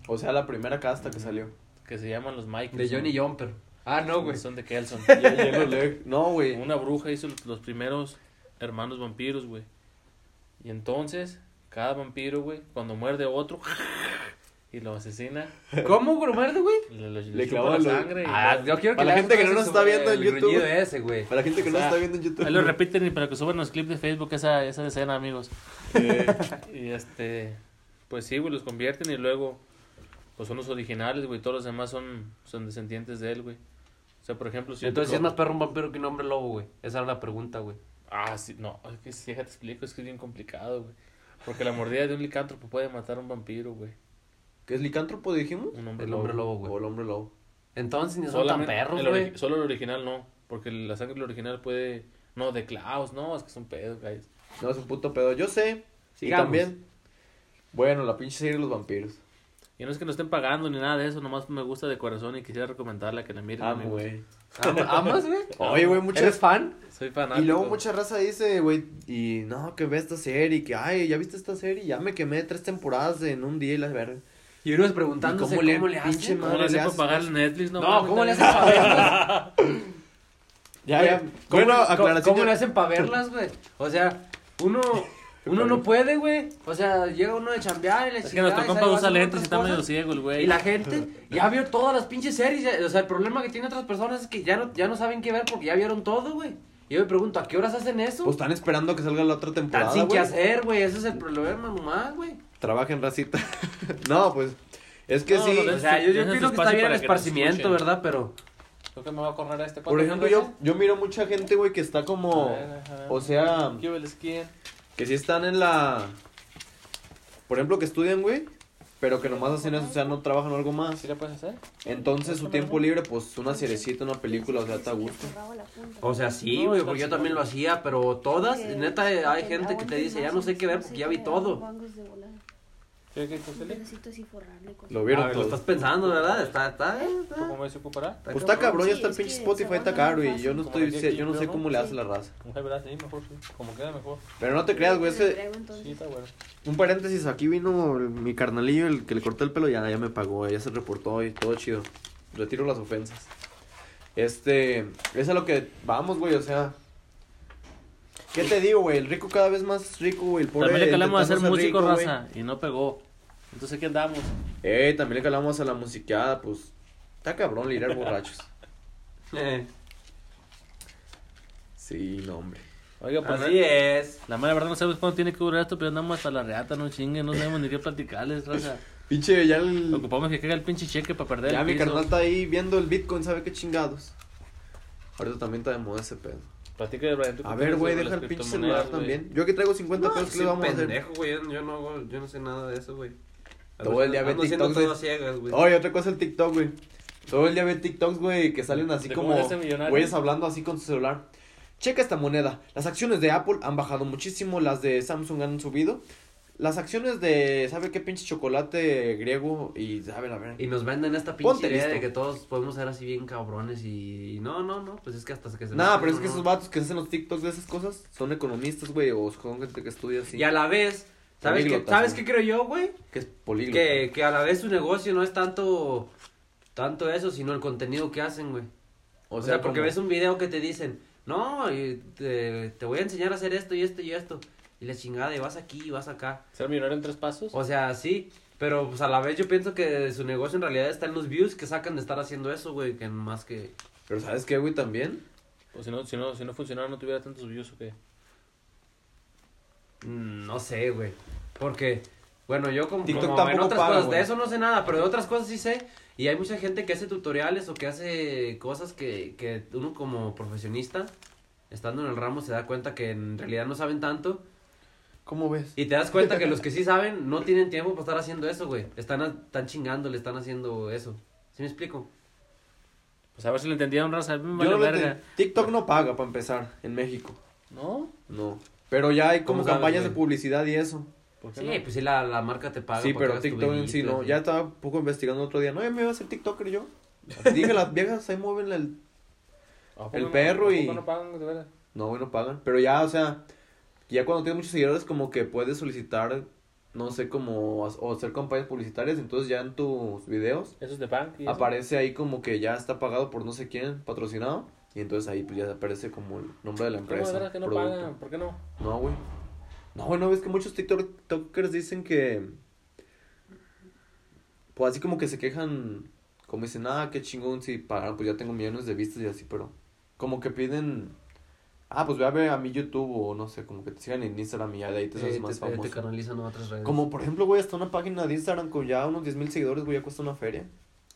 Speaker 1: O sea, la primera casta que salió.
Speaker 2: Que se llaman los Michael.
Speaker 3: De Johnny Jumper. Ah, no, güey.
Speaker 2: Son de Kelson.
Speaker 1: Ya- ya lo leo. No, güey.
Speaker 2: Una bruja hizo los primeros hermanos vampiros, güey. Y entonces, cada vampiro, güey, cuando muerde a otro y lo asesina,
Speaker 3: ¿Cómo, güey, muerde, güey?
Speaker 2: le, le- le
Speaker 1: Le
Speaker 2: chupa
Speaker 1: clava
Speaker 2: la
Speaker 1: lo-
Speaker 2: sangre. y
Speaker 3: Ah, yo quiero que
Speaker 1: Para la
Speaker 3: le
Speaker 1: gente que no nos
Speaker 3: hagas eso,
Speaker 1: está
Speaker 3: güey,
Speaker 1: viendo en
Speaker 3: el
Speaker 1: YouTube,
Speaker 3: gruñido
Speaker 1: güey.
Speaker 3: ese, güey.
Speaker 1: Para la gente que
Speaker 2: O
Speaker 1: no
Speaker 2: sea,
Speaker 1: está viendo en YouTube.
Speaker 2: Ahí lo repiten y para que suban los clips de Facebook esa, esa escena, amigos. y este, pues sí, güey, los convierten y luego, pues son los originales, güey, todos los demás son, son descendientes de él, güey. O sea, por ejemplo, si yo te
Speaker 3: Entonces, ¿sí es
Speaker 2: robo-
Speaker 3: más perro un vampiro que un hombre lobo, güey? Esa era la pregunta, güey.
Speaker 2: Ah, sí, no, es que sí, déjate explico, es que es bien complicado, güey. Porque la mordida de un licántropo puede matar a un vampiro, güey.
Speaker 1: ¿Qué es licántropo, dijimos?
Speaker 2: Un hombre
Speaker 3: El hombre
Speaker 2: lobo.
Speaker 3: lobo,
Speaker 1: O
Speaker 3: güey.
Speaker 1: el hombre lobo.
Speaker 3: Entonces, ni son tan
Speaker 2: Solamente-
Speaker 3: perros,
Speaker 2: el ori-
Speaker 3: güey.
Speaker 2: Solo el original no, porque la sangre del original puede... No, de Klaus, no, es que son pedos, guys.
Speaker 1: No, es un puto pedo. Yo sé.
Speaker 3: Sigamos.
Speaker 1: Y también. Bueno, la pinche serie de los vampiros.
Speaker 2: Y no es que no estén pagando ni nada de eso, nomás me gusta de corazón y quisiera recomendarla que la miren,
Speaker 1: Ah,
Speaker 2: amigos.
Speaker 1: güey.
Speaker 3: Am- ¿Amas, güey?
Speaker 1: Oye, güey, muchas-
Speaker 3: ¿Eres fan?
Speaker 2: Soy fanático.
Speaker 1: Y luego mucha raza dice, güey, y no, que ve esta serie, que ay, ya viste esta serie, ya me quemé tres temporadas en un día y la verga.
Speaker 3: Y unos preguntándose
Speaker 1: ¿Y
Speaker 3: cómo
Speaker 1: cómo le-
Speaker 3: le,
Speaker 1: pinche
Speaker 3: hacen.
Speaker 2: ¿Cómo
Speaker 1: madre le
Speaker 2: le hace para
Speaker 1: haces?
Speaker 2: pagar el Netflix? No,
Speaker 3: No,
Speaker 2: mames,
Speaker 3: ¿cómo le hacen
Speaker 2: también.
Speaker 3: para verlas?
Speaker 1: Ya,
Speaker 3: Oye,
Speaker 1: ya.
Speaker 3: ¿cómo-
Speaker 1: Bueno,
Speaker 3: cómo-
Speaker 1: aclaración.
Speaker 3: ¿Cómo
Speaker 1: ya-
Speaker 3: le hacen para verlas, güey? O sea, uno... Uno no puede, güey. O sea, llega uno de chambear y le
Speaker 2: Es que nuestro compa usa lentes y está medio ciego el güey.
Speaker 3: Y la gente ya vio todas las pinches series. ya- o sea, el problema que tiene otras personas es que ya no, ya no saben qué ver porque ya vieron todo, güey. Y Yo me pregunto, ¿a qué horas hacen eso?
Speaker 1: Pues están esperando que salga la otra temporada,
Speaker 3: Tan sin
Speaker 1: güey.
Speaker 3: qué hacer, güey. Ese es el problema nomás, güey.
Speaker 1: Trabajen, racita. no, pues, es que
Speaker 2: No,
Speaker 1: sí.
Speaker 2: no, no,
Speaker 3: O sea, yo, yo
Speaker 2: Dejen su
Speaker 3: pienso que está
Speaker 2: espacio
Speaker 3: bien el
Speaker 2: para que nos
Speaker 3: esparcimiento,
Speaker 2: escuchen.
Speaker 3: ¿verdad? Pero.
Speaker 2: Creo que me va a correr a este
Speaker 1: Por ejemplo, yo, yo miro mucha gente, güey, que está como, o sea,
Speaker 2: ¿Qué el skin?
Speaker 1: que sí están en la, por ejemplo, que estudian, güey, pero que nomás hacen eso, o sea, no trabajan o algo más.
Speaker 2: ¿Sí la puedes hacer?
Speaker 1: Entonces, su tiempo libre, pues, una seriecita, una película, o sea, está a gusto.
Speaker 3: O sea, sí, güey, porque yo también lo hacía, pero todas, neta, eh, hay gente que te dice, ya no sé qué ver porque ya vi todo.
Speaker 2: ¿Qué, qué, qué,
Speaker 5: Necesito así forrarle cosas.
Speaker 1: Lo
Speaker 3: A
Speaker 1: vieron
Speaker 3: ver, Ah, lo
Speaker 1: todos.
Speaker 3: estás pensando, ¿verdad? Está, está, está.
Speaker 2: ¿Cómo se ocupará?
Speaker 1: Pues está cabrón, ya está el
Speaker 5: Sí, es
Speaker 1: pinche
Speaker 5: que
Speaker 1: Spotify,
Speaker 5: se
Speaker 1: está
Speaker 5: guarda
Speaker 1: caro y
Speaker 5: fácil.
Speaker 1: yo no estoy,
Speaker 2: Como que
Speaker 1: yo no sé
Speaker 2: equilibrio,
Speaker 1: cómo
Speaker 2: ¿no?
Speaker 1: le hace
Speaker 5: Sí.
Speaker 1: la raza.
Speaker 2: Un verdad, sí, mejor sí. Como queda mejor.
Speaker 1: Pero no te creas, güey,
Speaker 5: Le
Speaker 1: ese,
Speaker 5: traigo entonces.
Speaker 2: Sí, está bueno.
Speaker 1: Un paréntesis, aquí vino el- mi carnalillo, el que le corté el pelo, ya, ya me pagó, ya se reportó y todo chido. Retiro las ofensas. Este, es a lo que vamos, güey, o sea. ¿Qué te digo, güey? El rico cada vez más rico, güey. El pobre
Speaker 2: También le calamos a ser
Speaker 1: intentando
Speaker 2: músico,
Speaker 1: rico,
Speaker 2: raza, y no pegó. Entonces, ¿qué andamos?
Speaker 1: güey. Ey, también le calamos a la musiqueada, pues. Está cabrón lidiar borrachos.
Speaker 3: Eh,
Speaker 1: Sí, no, hombre.
Speaker 2: Oiga, pues.
Speaker 3: Así es.
Speaker 2: La mala verdad no sabemos cuándo tiene que durar esto, pero andamos hasta la reata, no chingue, no sabemos ni qué platicarles, raza.
Speaker 1: Pinche, ya el,
Speaker 2: Ocupamos que caiga el pinche cheque para perder
Speaker 1: ya
Speaker 2: el
Speaker 1: mi
Speaker 2: piso.
Speaker 1: carnal está ahí viendo el Bitcoin, sabe qué chingados. Ahorita también está de moda ese pedo.
Speaker 2: Platícale, Brian, ¿tú qué
Speaker 1: A ver,
Speaker 2: opinas
Speaker 1: güey,
Speaker 2: sobre
Speaker 1: deja
Speaker 2: las
Speaker 1: el pinche
Speaker 2: criptomonedas,
Speaker 1: celular
Speaker 2: güey?
Speaker 1: también. Yo que traigo 50 pesos, ¿qué le vamos
Speaker 6: pendejo, güey. Yo, yo no, hago- yo no sé nada de eso, güey.
Speaker 1: Todo
Speaker 6: Ando-
Speaker 1: el día ve
Speaker 6: ando haciendo
Speaker 1: TikToks de-
Speaker 6: todo a ciegas,
Speaker 1: a
Speaker 6: güey.
Speaker 1: hacer? Oye, otra cosa el TikTok, güey. Todo el día ve TikToks, güey, que salen así
Speaker 2: ¿De cómo
Speaker 1: como
Speaker 2: hacerse millonario?
Speaker 1: güeyes hablando así con su celular. Checa esta moneda. Las acciones de Apple han bajado muchísimo, las de Samsung han subido. Las acciones de, ¿sabe qué pinche chocolate griego? Y, saben, a ver.
Speaker 3: Y nos venden esta pinche
Speaker 1: Ponte
Speaker 3: idea de
Speaker 1: listo.
Speaker 3: que todos podemos ser así bien cabrones y, y no, no, no, pues es que hasta que se nos-
Speaker 1: Nada, pero es
Speaker 3: no,
Speaker 1: que
Speaker 3: no.
Speaker 1: esos vatos que hacen los TikToks de esas cosas son economistas, güey, o son gente que estudia así.
Speaker 3: Y a la vez, ¿sabes qué,
Speaker 1: Políglotas,
Speaker 3: ¿sabes
Speaker 1: güey.
Speaker 3: qué creo yo, güey?
Speaker 1: Que es políglota.
Speaker 3: Que, que a la vez su negocio no es tanto tanto eso, sino el contenido que hacen, güey. O, sea, porque
Speaker 1: como-
Speaker 3: ves un video que te dicen, no, y te, te voy a enseñar a hacer esto y esto y esto. Y la chingada, y vas aquí y vas acá.
Speaker 2: ¿Ser millonario en tres pasos?
Speaker 3: O sea, sí, pero pues a la vez yo pienso que su negocio en realidad está en los views que sacan de estar haciendo eso, güey, que más que...
Speaker 1: Pero ¿sabes qué, güey, también?
Speaker 2: O si no, si no, si no funcionara, no tuviera tantos views o qué.
Speaker 3: Mm, No sé, güey. Porque, bueno, yo como,
Speaker 1: TikTok
Speaker 3: como en
Speaker 1: tampoco
Speaker 3: otras
Speaker 1: paga,
Speaker 3: cosas,
Speaker 1: güey.
Speaker 3: de eso no sé nada, pero de otras cosas sí sé. Y hay mucha gente que hace tutoriales o que hace cosas que, que uno como profesionista, estando en el ramo, se da cuenta que en realidad no saben tanto.
Speaker 1: ¿Cómo ves?
Speaker 3: Y te das cuenta que los que sí saben no tienen tiempo para estar haciendo eso, güey. Están, a- están chingando, le están haciendo eso. ¿Sí me explico?
Speaker 2: Pues a ver si lo entendieron, raza. A mí me
Speaker 1: Yo
Speaker 2: vale
Speaker 1: no te-
Speaker 2: verga.
Speaker 1: TikTok no paga para empezar en México.
Speaker 2: ¿No?
Speaker 1: No. Pero ya hay como
Speaker 3: ¿Cómo sabes,
Speaker 1: campañas de
Speaker 3: güey?
Speaker 1: publicidad y eso.
Speaker 2: ¿Por qué
Speaker 3: Sí,
Speaker 2: no?
Speaker 3: pues sí, la, la marca te paga.
Speaker 1: sí,
Speaker 3: para que
Speaker 1: pero
Speaker 3: hagas tu
Speaker 1: TikTok en sí
Speaker 3: videíto,
Speaker 1: no.
Speaker 3: sí.
Speaker 1: Ya estaba un poco investigando otro día. No, ya me iba a hacer TikToker yo. Dije, las viejas ahí mueven el.
Speaker 2: ¿A poco
Speaker 1: el
Speaker 2: no-
Speaker 1: perro
Speaker 2: a
Speaker 1: y-
Speaker 2: poco no pagan, de verdad?
Speaker 1: No, güey, no pagan. Pero ya, o sea, ya cuando tienes muchos seguidores, como que puedes solicitar, no sé, como. as- O hacer campañas publicitarias. Entonces ya en tus videos
Speaker 2: ¿Esos de pan?
Speaker 1: aparece ahí como que ya está pagado por no sé quién, patrocinado. Y entonces ahí pues ya aparece como el nombre de la
Speaker 2: ¿Cómo de
Speaker 1: empresa.
Speaker 2: verdad que no
Speaker 1: producto.
Speaker 2: pagan? ¿Por qué no?
Speaker 1: No, güey. No, güey, no ves que muchos TikTokers dicen que. Pues así como que se quejan. Como dicen, ah, qué chingón si pagaron, pues ya tengo millones de vistas y así, pero. Como que piden. Ah, pues ve a ver a mi YouTube o no sé, como que te sigan en Instagram y ya de ahí te
Speaker 3: Eh,
Speaker 1: haces
Speaker 3: te,
Speaker 1: más
Speaker 3: te- te
Speaker 1: famoso.
Speaker 3: canalizan a otras redes.
Speaker 1: Como por ejemplo, güey, hasta una página de Instagram con ya unos 10 mil seguidores, güey, ya cuesta una feria.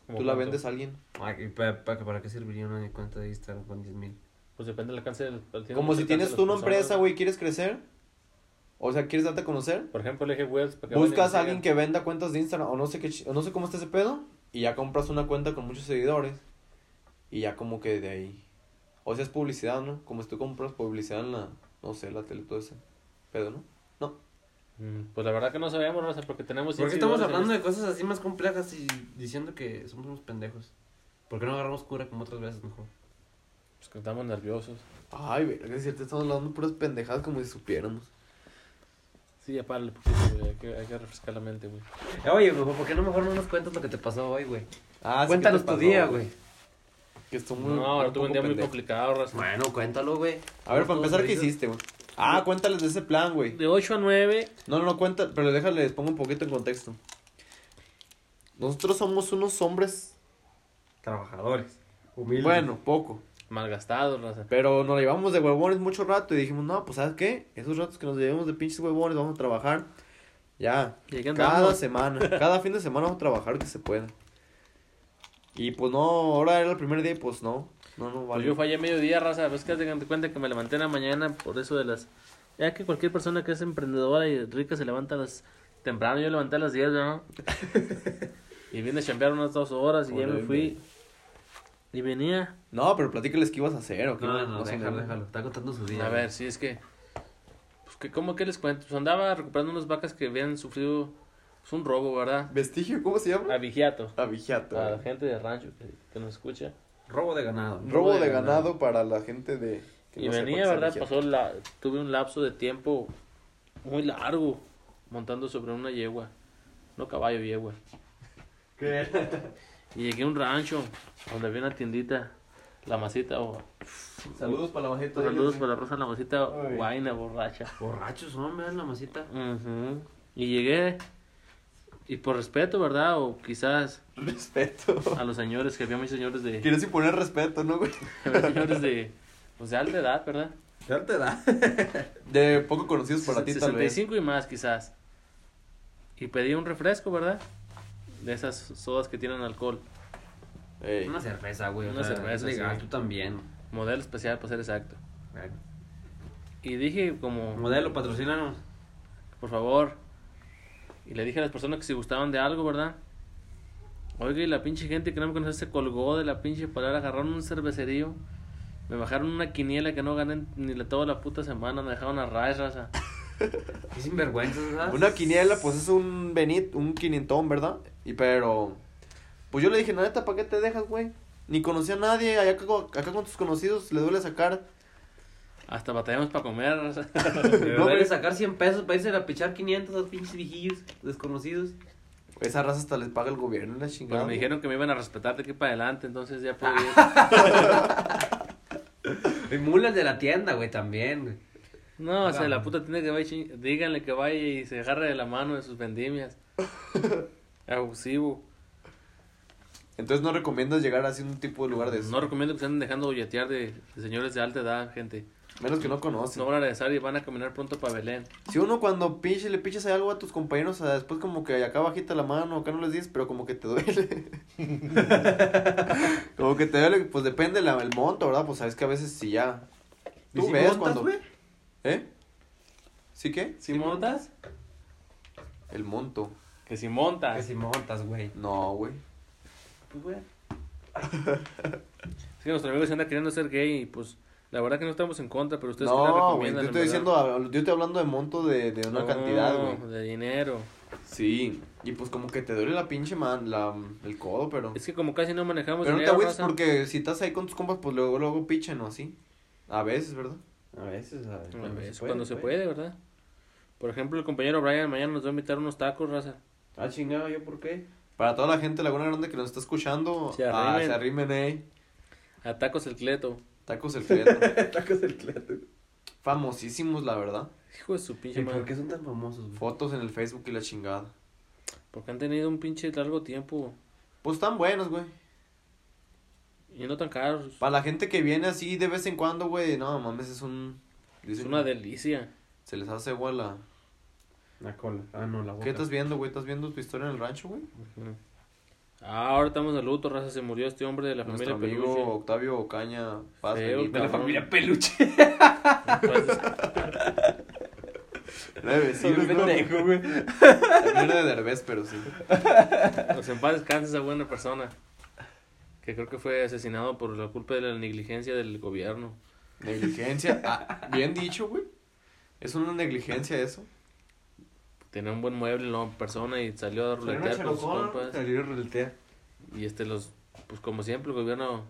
Speaker 2: ¿Cómo
Speaker 1: Tú la
Speaker 2: cuánto?
Speaker 1: vendes a alguien.
Speaker 3: Ay, ¿y pa- pa- ¿Para qué serviría una cuenta de Instagram con 10 mil?
Speaker 2: Pues depende del alcance del... del-
Speaker 1: Como
Speaker 2: del
Speaker 1: si
Speaker 2: alcance
Speaker 1: tienes
Speaker 2: de
Speaker 1: tú una
Speaker 2: las personas.
Speaker 1: empresa, güey, quieres crecer. O sea, quieres darte a conocer.
Speaker 2: Por ejemplo, el eje Wells. ¿para qué
Speaker 1: Buscas
Speaker 2: venden?
Speaker 1: a alguien que venda cuentas de Instagram o no sé qué, chi- o no sé cómo está ese pedo y ya compras una cuenta con muchos seguidores y ya como que de ahí. O sea, es publicidad, ¿no? Como si tú compras publicidad en la, no sé, la tele, todo ese pedo, ¿no?
Speaker 2: Mm, Pues la verdad que no sabemos, raza, porque tenemos...
Speaker 3: ¿Por qué
Speaker 2: cien
Speaker 3: estamos
Speaker 2: seguidores en
Speaker 3: hablando de cosas así más complejas y diciendo que somos unos pendejos? ¿Por qué no agarramos cura como otras veces mejor?
Speaker 2: este- Pues que estamos nerviosos.
Speaker 1: Ay, verga, es cierto, estamos hablando de puras pendejadas como si supiéramos.
Speaker 2: Sí, ya párale, poquito, güey. Hay que, hay que refrescar la mente, güey.
Speaker 3: Eh, oye, güey, ¿por qué no mejor no nos cuentas lo que te pasó hoy, güey?
Speaker 1: Ah, sí,
Speaker 3: Cuéntanos
Speaker 1: ¿qué
Speaker 3: tu
Speaker 1: te pasó,
Speaker 3: día, güey.
Speaker 1: Que estuvo muy-
Speaker 2: No, ahora tuve
Speaker 1: poco
Speaker 2: un día muy
Speaker 1: pendejo.
Speaker 2: complicado, raza.
Speaker 3: Bueno, cuéntalo, güey.
Speaker 1: A ver, para empezar, ¿qué hiciste, güey? Ah, cuéntales de ese plan, güey.
Speaker 2: De 8 a 9,
Speaker 1: No, no, no, cuenta, pero déjale, les pongo un poquito en contexto. Nosotros somos unos hombres,
Speaker 6: Trabajadores. Humildes.
Speaker 1: bueno, poco.
Speaker 2: malgastados, raza.
Speaker 1: Pero nos la llevamos de huevones mucho rato y dijimos, no, pues ¿sabes qué? Esos ratos que nos llevamos de pinches huevones vamos a trabajar ya
Speaker 2: Y aquí
Speaker 1: cada
Speaker 2: andamos.
Speaker 1: semana, cada fin de semana vamos a trabajar que se pueda. Y pues no, ahora era el primer día y pues no, no, no,
Speaker 2: Pues
Speaker 1: vale.
Speaker 2: yo fallé mediodía, raza. Pues que te cuenta que me levanté en la mañana por eso de las. Ya que cualquier persona que es emprendedora y rica se levanta a las. Temprano, yo levanté a las 10, ¿no? y vine a chambear unas dos horas y ya
Speaker 1: Hola,
Speaker 2: me fui. Y venía.
Speaker 1: No, pero platícales qué ibas a hacer o qué.
Speaker 3: No,
Speaker 1: ibas-
Speaker 3: no,
Speaker 1: más o
Speaker 3: déjalo,
Speaker 1: menos.
Speaker 3: déjalo. Está contando su día.
Speaker 2: A
Speaker 3: güey.
Speaker 2: ver, sí, es que. Pues que, ¿cómo que les cuento? Pues andaba recuperando unas vacas que habían sufrido. Pues un robo, ¿verdad?
Speaker 1: Vestigio, ¿cómo se llama?
Speaker 2: Avigiato.
Speaker 1: Abijato.
Speaker 2: A Ah, la gente de rancho que, que nos escucha.
Speaker 3: Robo de ganado.
Speaker 1: Robo de ganado para la gente de. que
Speaker 2: Y
Speaker 1: no sepa qué
Speaker 2: venía,
Speaker 1: es
Speaker 2: ¿verdad?
Speaker 1: abijato.
Speaker 2: Pasó la... Tuve un lapso de tiempo muy largo montando sobre una yegua. No caballo, yegua. Y llegué a un rancho donde había una tiendita, La Masita. O...
Speaker 1: Saludos para la majeta.
Speaker 2: Saludos para la ¿eh? Rosa La Masita,
Speaker 1: Ay.
Speaker 2: guayna, borracha.
Speaker 3: Borrachos, ¿no? Me dan la masita.
Speaker 2: Ujú. Y llegué, y por respeto, ¿verdad? O quizás
Speaker 1: Respeto.
Speaker 2: a los señores, que había muchos señores de...
Speaker 1: Quieres imponer respeto, ¿no, güey?
Speaker 2: había señores de... Pues de alta edad, ¿verdad?
Speaker 6: Ya te da.
Speaker 1: De poco conocidos para ti, tal vez.
Speaker 2: 65 y más quizás. Y pedí un refresco, ¿verdad? de esas sodas que tienen alcohol.
Speaker 1: Ey.
Speaker 3: Una cerveza, güey. o
Speaker 2: Una
Speaker 3: sea,
Speaker 2: cerveza,
Speaker 3: Es legal,
Speaker 2: sí.
Speaker 3: tú también.
Speaker 2: Modelo especial, para ser exacto. Y dije como,
Speaker 3: Modelo, patrocínanos.
Speaker 2: por favor. Y le dije a las personas que si gustaban de algo, ¿verdad? Oiga, y la pinche gente que no me conoce se colgó de la pinche palabra, agarraron un cervecerío. Me bajaron una quiniela que no gané ni la toda la puta semana, me dejaron a raíz, raza.
Speaker 3: Qué sinvergüenza, ¿verdad?
Speaker 1: Una quiniela, pues es un benit, un quinientón, ¿verdad? Y pero, pues yo le dije, "La neta, ¿para qué te dejas, güey? Ni conocía a nadie, allá acá, con- acá con tus conocidos, le duele sacar.
Speaker 2: Hasta batallamos para comer, raza.
Speaker 3: No,
Speaker 1: güey.
Speaker 3: a sacar 100 pesos para irse a pichar 500 a los pinches viejillos desconocidos.
Speaker 1: Esa raza hasta les paga el gobierno, la chingada.
Speaker 2: Pero Pues me
Speaker 1: güey.
Speaker 2: dijeron que me iban a respetar de aquí para adelante, entonces ya puedo ir.
Speaker 3: Y mulas de la tienda, güey, también, güey.
Speaker 2: No, o sea, la
Speaker 3: Vamos.
Speaker 2: puta tiene que vaya, chin- díganle que vaya y se agarre de la mano de sus vendimias. Abusivo.
Speaker 1: Entonces no recomiendas llegar así a un tipo de lugar de eso.
Speaker 2: No recomiendo que se anden dejando bolletear de, de señores de alta edad, gente.
Speaker 1: Menos que no conoces.
Speaker 2: No van a regresar y van a caminar pronto para Belén.
Speaker 1: Si uno cuando pinche le pichas algo a tus compañeros, o sea, después como que acá bajita la mano, acá no les dices, pero como que te duele. como que te duele, pues depende la, el monto, ¿verdad? Pues sabes que a veces si ya.
Speaker 3: ¿Y
Speaker 1: Tú
Speaker 3: si
Speaker 1: ves
Speaker 3: montas,
Speaker 1: cuando.
Speaker 3: güey?
Speaker 1: ¿Eh? ¿Sí qué?
Speaker 2: ¿Si montas?
Speaker 1: El monto.
Speaker 2: Que si
Speaker 3: Que
Speaker 2: montas.
Speaker 3: si montas, güey.
Speaker 1: No, güey.
Speaker 3: Pues, güey.
Speaker 2: Es que nuestros amigos se andan queriendo ser gay y pues la verdad que no estamos en contra, pero ustedes ¿qué le
Speaker 1: No, güey.
Speaker 2: recomiendan,
Speaker 1: Yo
Speaker 2: en
Speaker 1: estoy
Speaker 2: verdad?
Speaker 1: diciendo, hab- yo estoy hablando de monto de, de una
Speaker 2: No,
Speaker 1: cantidad, güey.
Speaker 2: De dinero.
Speaker 1: Sí. Y pues como que te duele la pinche man, la, el codo, pero.
Speaker 2: Es que como casi no manejamos
Speaker 1: Pero no te
Speaker 2: dinero,
Speaker 1: agüites
Speaker 2: raza,
Speaker 1: porque si estás ahí con tus compas, pues luego, luego pichan o así. A veces, ¿verdad?
Speaker 3: A veces, a veces.
Speaker 2: a veces, cuando se puede, ¿verdad? Por ejemplo, el compañero Brian mañana nos va a invitar unos tacos, raza.
Speaker 3: Ah, chingado, ¿yo por qué?
Speaker 1: Para toda la gente de Laguna Grande que nos está escuchando,
Speaker 2: Se
Speaker 1: ah,
Speaker 2: arrimen.
Speaker 1: se arrimen, eh.
Speaker 2: A tacos el cleto.
Speaker 1: Tacos el Cleto.
Speaker 6: Tacos del clete.
Speaker 1: Famosísimos, la verdad.
Speaker 2: Hijo de su pinche
Speaker 3: ¿Y por
Speaker 2: madre.
Speaker 3: qué son tan famosos, güey?
Speaker 1: Fotos en el Facebook y la chingada.
Speaker 2: Porque han tenido un pinche largo tiempo
Speaker 1: Pues están buenos, güey.
Speaker 2: y no tan caros.
Speaker 1: Para la gente que viene así de vez en cuando, güey, no mames, es un.
Speaker 2: Es
Speaker 1: dicen-
Speaker 2: una delicia.
Speaker 1: Se les hace igual la.
Speaker 6: La cola. Ah, no, la boca.
Speaker 1: ¿Qué estás viendo, güey? ¿Estás viendo tu historia en el rancho, güey?
Speaker 2: Ah, ahora estamos de luto, raza. Se murió este hombre de la
Speaker 1: Nuestro
Speaker 2: familia
Speaker 1: amigo
Speaker 2: Peluche.
Speaker 1: Octavio Ocaña Paz
Speaker 2: Feo,
Speaker 1: Benito,
Speaker 2: De la
Speaker 1: cabrón.
Speaker 2: familia
Speaker 3: peluche.
Speaker 2: Entonces,
Speaker 1: Era de vecino, ¿no? También era de Derbez, pero sí.
Speaker 2: pues, en paz descanse esa buena persona. Que creo que fue asesinado por la culpa de la negligencia del gobierno.
Speaker 1: Negligencia. Ah, bien dicho, güey. Es una negligencia eso.
Speaker 2: Tenía un buen mueble, no persona, y salió a ruletear con sus compas.
Speaker 6: Salió ruletea.
Speaker 2: Y este los, pues como siempre, el gobierno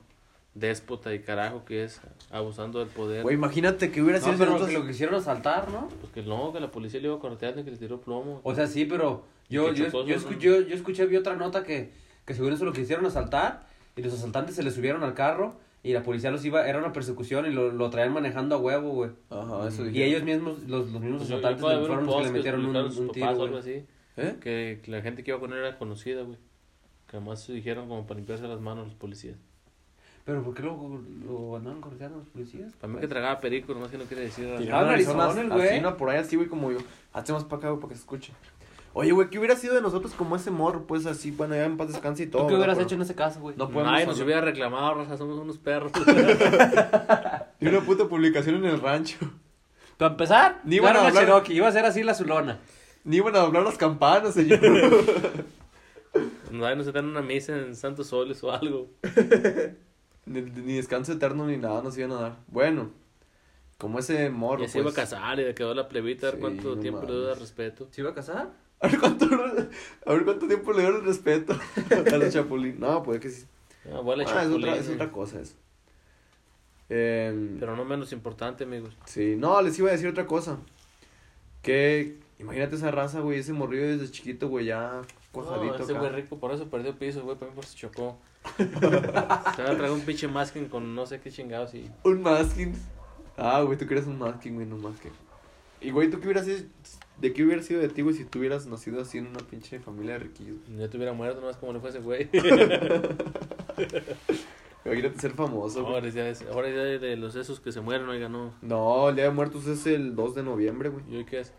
Speaker 2: déspota y carajo que es, abusando del poder.
Speaker 1: Güey, imagínate que hubiera sido
Speaker 3: No,
Speaker 1: si
Speaker 3: pero
Speaker 1: nosotros-
Speaker 3: lo quisieron asaltar, ¿no?
Speaker 2: Pues que no, que la policía le iba corteando y que le tiró plomo.
Speaker 3: O sea, sí, pero yo,
Speaker 2: Que
Speaker 3: yo,
Speaker 2: chocó,
Speaker 3: yo,
Speaker 2: ¿no?
Speaker 3: escu- yo, yo escuché, vi otra nota que, que según eso lo quisieron asaltar y los asaltantes se le subieron al carro y la policía los iba, era una persecución y lo, lo traían manejando a huevo, güey.
Speaker 1: Ajá, eso
Speaker 3: Y
Speaker 1: dije.
Speaker 3: ellos mismos, los, los mismos
Speaker 2: Pues yo- yo
Speaker 3: asaltantes
Speaker 2: acabo de ver
Speaker 3: fueron
Speaker 2: un
Speaker 3: los que
Speaker 2: post
Speaker 3: le
Speaker 2: que
Speaker 3: metieron un,
Speaker 2: publicaron sus
Speaker 3: un
Speaker 2: papás o
Speaker 3: tiro,
Speaker 2: algo
Speaker 3: güey.
Speaker 2: así.
Speaker 1: ¿Eh?
Speaker 2: Que la gente que iba con él era conocida, güey. Que además se dijeron como para limpiarse las manos los policías.
Speaker 3: Pero ¿por qué lo, lo andaban corteando los policías?
Speaker 2: Para mí que tragaba perico, nomás que no quiere decir.
Speaker 1: Tiraron
Speaker 3: Ah,
Speaker 1: a Arizona,
Speaker 3: narizones, güey.
Speaker 1: así, no, por ahí así, güey, como yo. Hacemos para acá, güey, para que se escuche. Oye, güey, ¿qué hubiera sido de nosotros como ese morro? Pues así, bueno, ya en paz descanse y todo.
Speaker 3: ¿Tú qué
Speaker 1: ¿verdad?
Speaker 3: hubieras
Speaker 1: Pero
Speaker 3: hecho en ese caso, güey?
Speaker 1: No podemos.
Speaker 2: Nadie nos
Speaker 1: hablar.
Speaker 2: hubiera reclamado, raza, somos unos perros.
Speaker 1: Y una puta publicación en el rancho.
Speaker 3: Para empezar,
Speaker 1: Ni
Speaker 3: ni
Speaker 1: iban a
Speaker 3: una
Speaker 1: hablar.
Speaker 3: Cherokee, iba a ser así la Zulona.
Speaker 1: Ni iban a doblar las campanas, señor.
Speaker 2: Nadie nos dan una misa en Santos Soles o algo.
Speaker 1: ni, ni descanso eterno ni nada nos iban a dar. Bueno, como ese morro.
Speaker 2: Ya se iba a
Speaker 1: pues.
Speaker 2: casar y le quedó la plebita, a ver
Speaker 1: Sí,
Speaker 2: cuánto
Speaker 1: no
Speaker 2: tiempo le dura
Speaker 1: mames.
Speaker 2: respeto.
Speaker 3: ¿Se iba a casar?
Speaker 1: A ver cuánto, a ver cuánto tiempo le dieron el respeto a los chapulín. No, pues que sí.
Speaker 2: Ah, bola de
Speaker 1: Ah, es otra,
Speaker 2: chapulines,
Speaker 1: es otra
Speaker 2: güey.
Speaker 1: cosa eso. Em,
Speaker 2: Pero no menos importante, amigos.
Speaker 1: sí, no, les iba a decir otra cosa. Que imagínate esa raza, güey, ese morrillo desde chiquito, güey, ya cuajadito
Speaker 2: No, Oh, ese
Speaker 1: acá.
Speaker 2: güey rico, por eso perdió piso, güey, por eso chocó. se va a traer un pinche masking con no sé qué chingados y...
Speaker 1: Un masking. Ah, güey, tú querías un masking, güey, no más que. Y güey, ¿tú qué hubieras sido? ¿De qué hubiera sido de ti, güey, si tú hubieras nacido así en una pinche familia de riquillos?
Speaker 2: Ya te hubiera muerto, nomás como le fue a ese güey.
Speaker 1: Imagínate ser famoso, güey.
Speaker 2: ahora ya es, ahora ya de, de los esos que se mueren, oiga, no.
Speaker 1: No, el Día de Muertos es el 2 de noviembre, güey.
Speaker 2: ¿Y hoy qué es?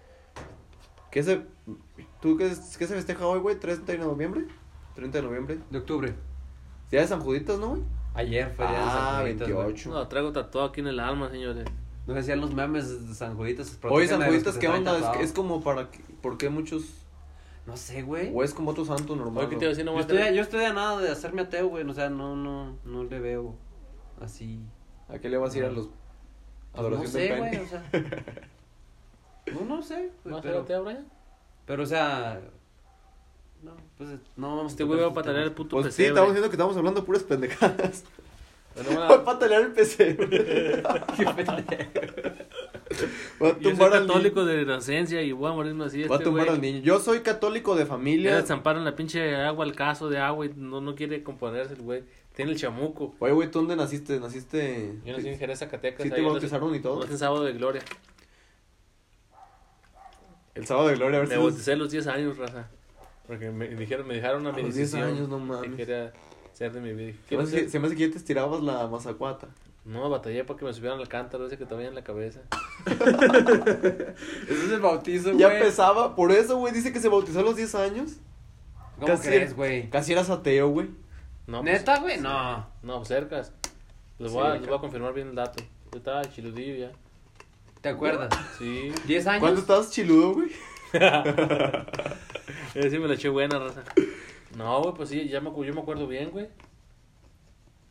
Speaker 1: ¿Qué se... ¿Tú qué, qué se festeja hoy, güey? ¿30 de noviembre? 30 de noviembre.
Speaker 3: De octubre.
Speaker 1: Día de San Juditas, ¿no, güey?
Speaker 3: Ayer fue día de San
Speaker 1: Ah,
Speaker 3: Juditas, güey.
Speaker 1: 28.
Speaker 2: No, traigo tatuado aquí en el alma, señores.
Speaker 3: No decían los memes de San Juditas.
Speaker 1: Oye, San
Speaker 3: protéjanme de los
Speaker 1: Juditas,
Speaker 3: que
Speaker 1: ¿qué
Speaker 3: se traen
Speaker 1: onda? Es,
Speaker 3: tatuado.
Speaker 1: es como para... que- ¿Por qué muchos...?
Speaker 3: No sé, güey.
Speaker 1: O es como otro santo normal.
Speaker 2: Oye, ¿qué
Speaker 1: ¿no?
Speaker 2: te iba a decir? No
Speaker 3: Yo
Speaker 2: voy a
Speaker 3: estoy, a-
Speaker 2: tener-
Speaker 3: yo estoy a nada de hacerme ateo, güey. O sea, no, no, no le veo así.
Speaker 1: ¿A qué le vas a ir a los...
Speaker 2: Pues
Speaker 3: no
Speaker 1: Adoración del
Speaker 3: sé,
Speaker 1: pene?
Speaker 3: güey, o sea. No, no sé. güey,
Speaker 2: ¿Vas a ser
Speaker 3: pero,
Speaker 2: ateo, Brian?
Speaker 3: pero, o sea. No, pues no vamos a
Speaker 2: Este güey va a
Speaker 3: tocar este
Speaker 2: patanear el
Speaker 3: tema.
Speaker 2: puto eh.
Speaker 1: Pues sí,
Speaker 2: PC.
Speaker 1: estamos diciendo que estamos hablando de puras pendejadas. Voy a
Speaker 2: Yo
Speaker 1: patalear el PC. Voy a
Speaker 2: soy
Speaker 1: tumbar al
Speaker 2: católico
Speaker 1: niño.
Speaker 2: de nacencia y voy a morirme así.
Speaker 1: Voy a
Speaker 2: este
Speaker 1: tumbar
Speaker 2: güey.
Speaker 1: al niño. Yo soy católico de
Speaker 2: Ya le
Speaker 1: familia.
Speaker 2: desamparan la pinche agua, el caso de agua y no, no quiere componerse el güey. Tiene el chamuco.
Speaker 1: Oye, güey, ¿tú dónde naciste? ¿Naciste...?
Speaker 2: Yo nací en Jerez, Zacatecas.
Speaker 1: ¿Sí
Speaker 2: ahí
Speaker 1: te
Speaker 2: en los-
Speaker 1: bautizaron y todo?
Speaker 2: nací en sábado de gloria.
Speaker 1: El sábado de gloria, a ver
Speaker 2: Me
Speaker 1: si... los-
Speaker 2: bauticé a los 10 años, raza. Porque me dijeron, me dejaron a mi
Speaker 1: A los 10
Speaker 2: decisión.
Speaker 1: años, no
Speaker 2: que
Speaker 1: mames. Pues
Speaker 2: quería ser de mi vida. Dije,
Speaker 1: Se me
Speaker 2: "Quiero
Speaker 1: hace que-
Speaker 2: ser".
Speaker 1: se me hace que ya te estirabas la mazacuata.
Speaker 2: No, batallé para que me subieran al cántaro ese que traía en la cabeza.
Speaker 3: Ese es el bautizo, güey.
Speaker 1: Ya pesaba, por eso, güey, dice que se bautizó a los 10 años.
Speaker 3: ¿Cómo
Speaker 1: casi-
Speaker 3: crees, güey?
Speaker 1: Casi eras ateo, güey.
Speaker 2: No, pues,
Speaker 3: ¿Neta, güey? No.
Speaker 2: no, pues, cercas. Les voy, a, les voy a confirmar bien el dato. Yo estaba chiludillo ya.
Speaker 3: ¿Te acuerdas?
Speaker 2: Sí.
Speaker 3: ¿Diez años?
Speaker 1: ¿Cuándo estabas chiludo, güey?
Speaker 2: Eh, sí me la eché buena, raza. No, güey, pues sí, ya me, acu- yo me acuerdo bien, güey.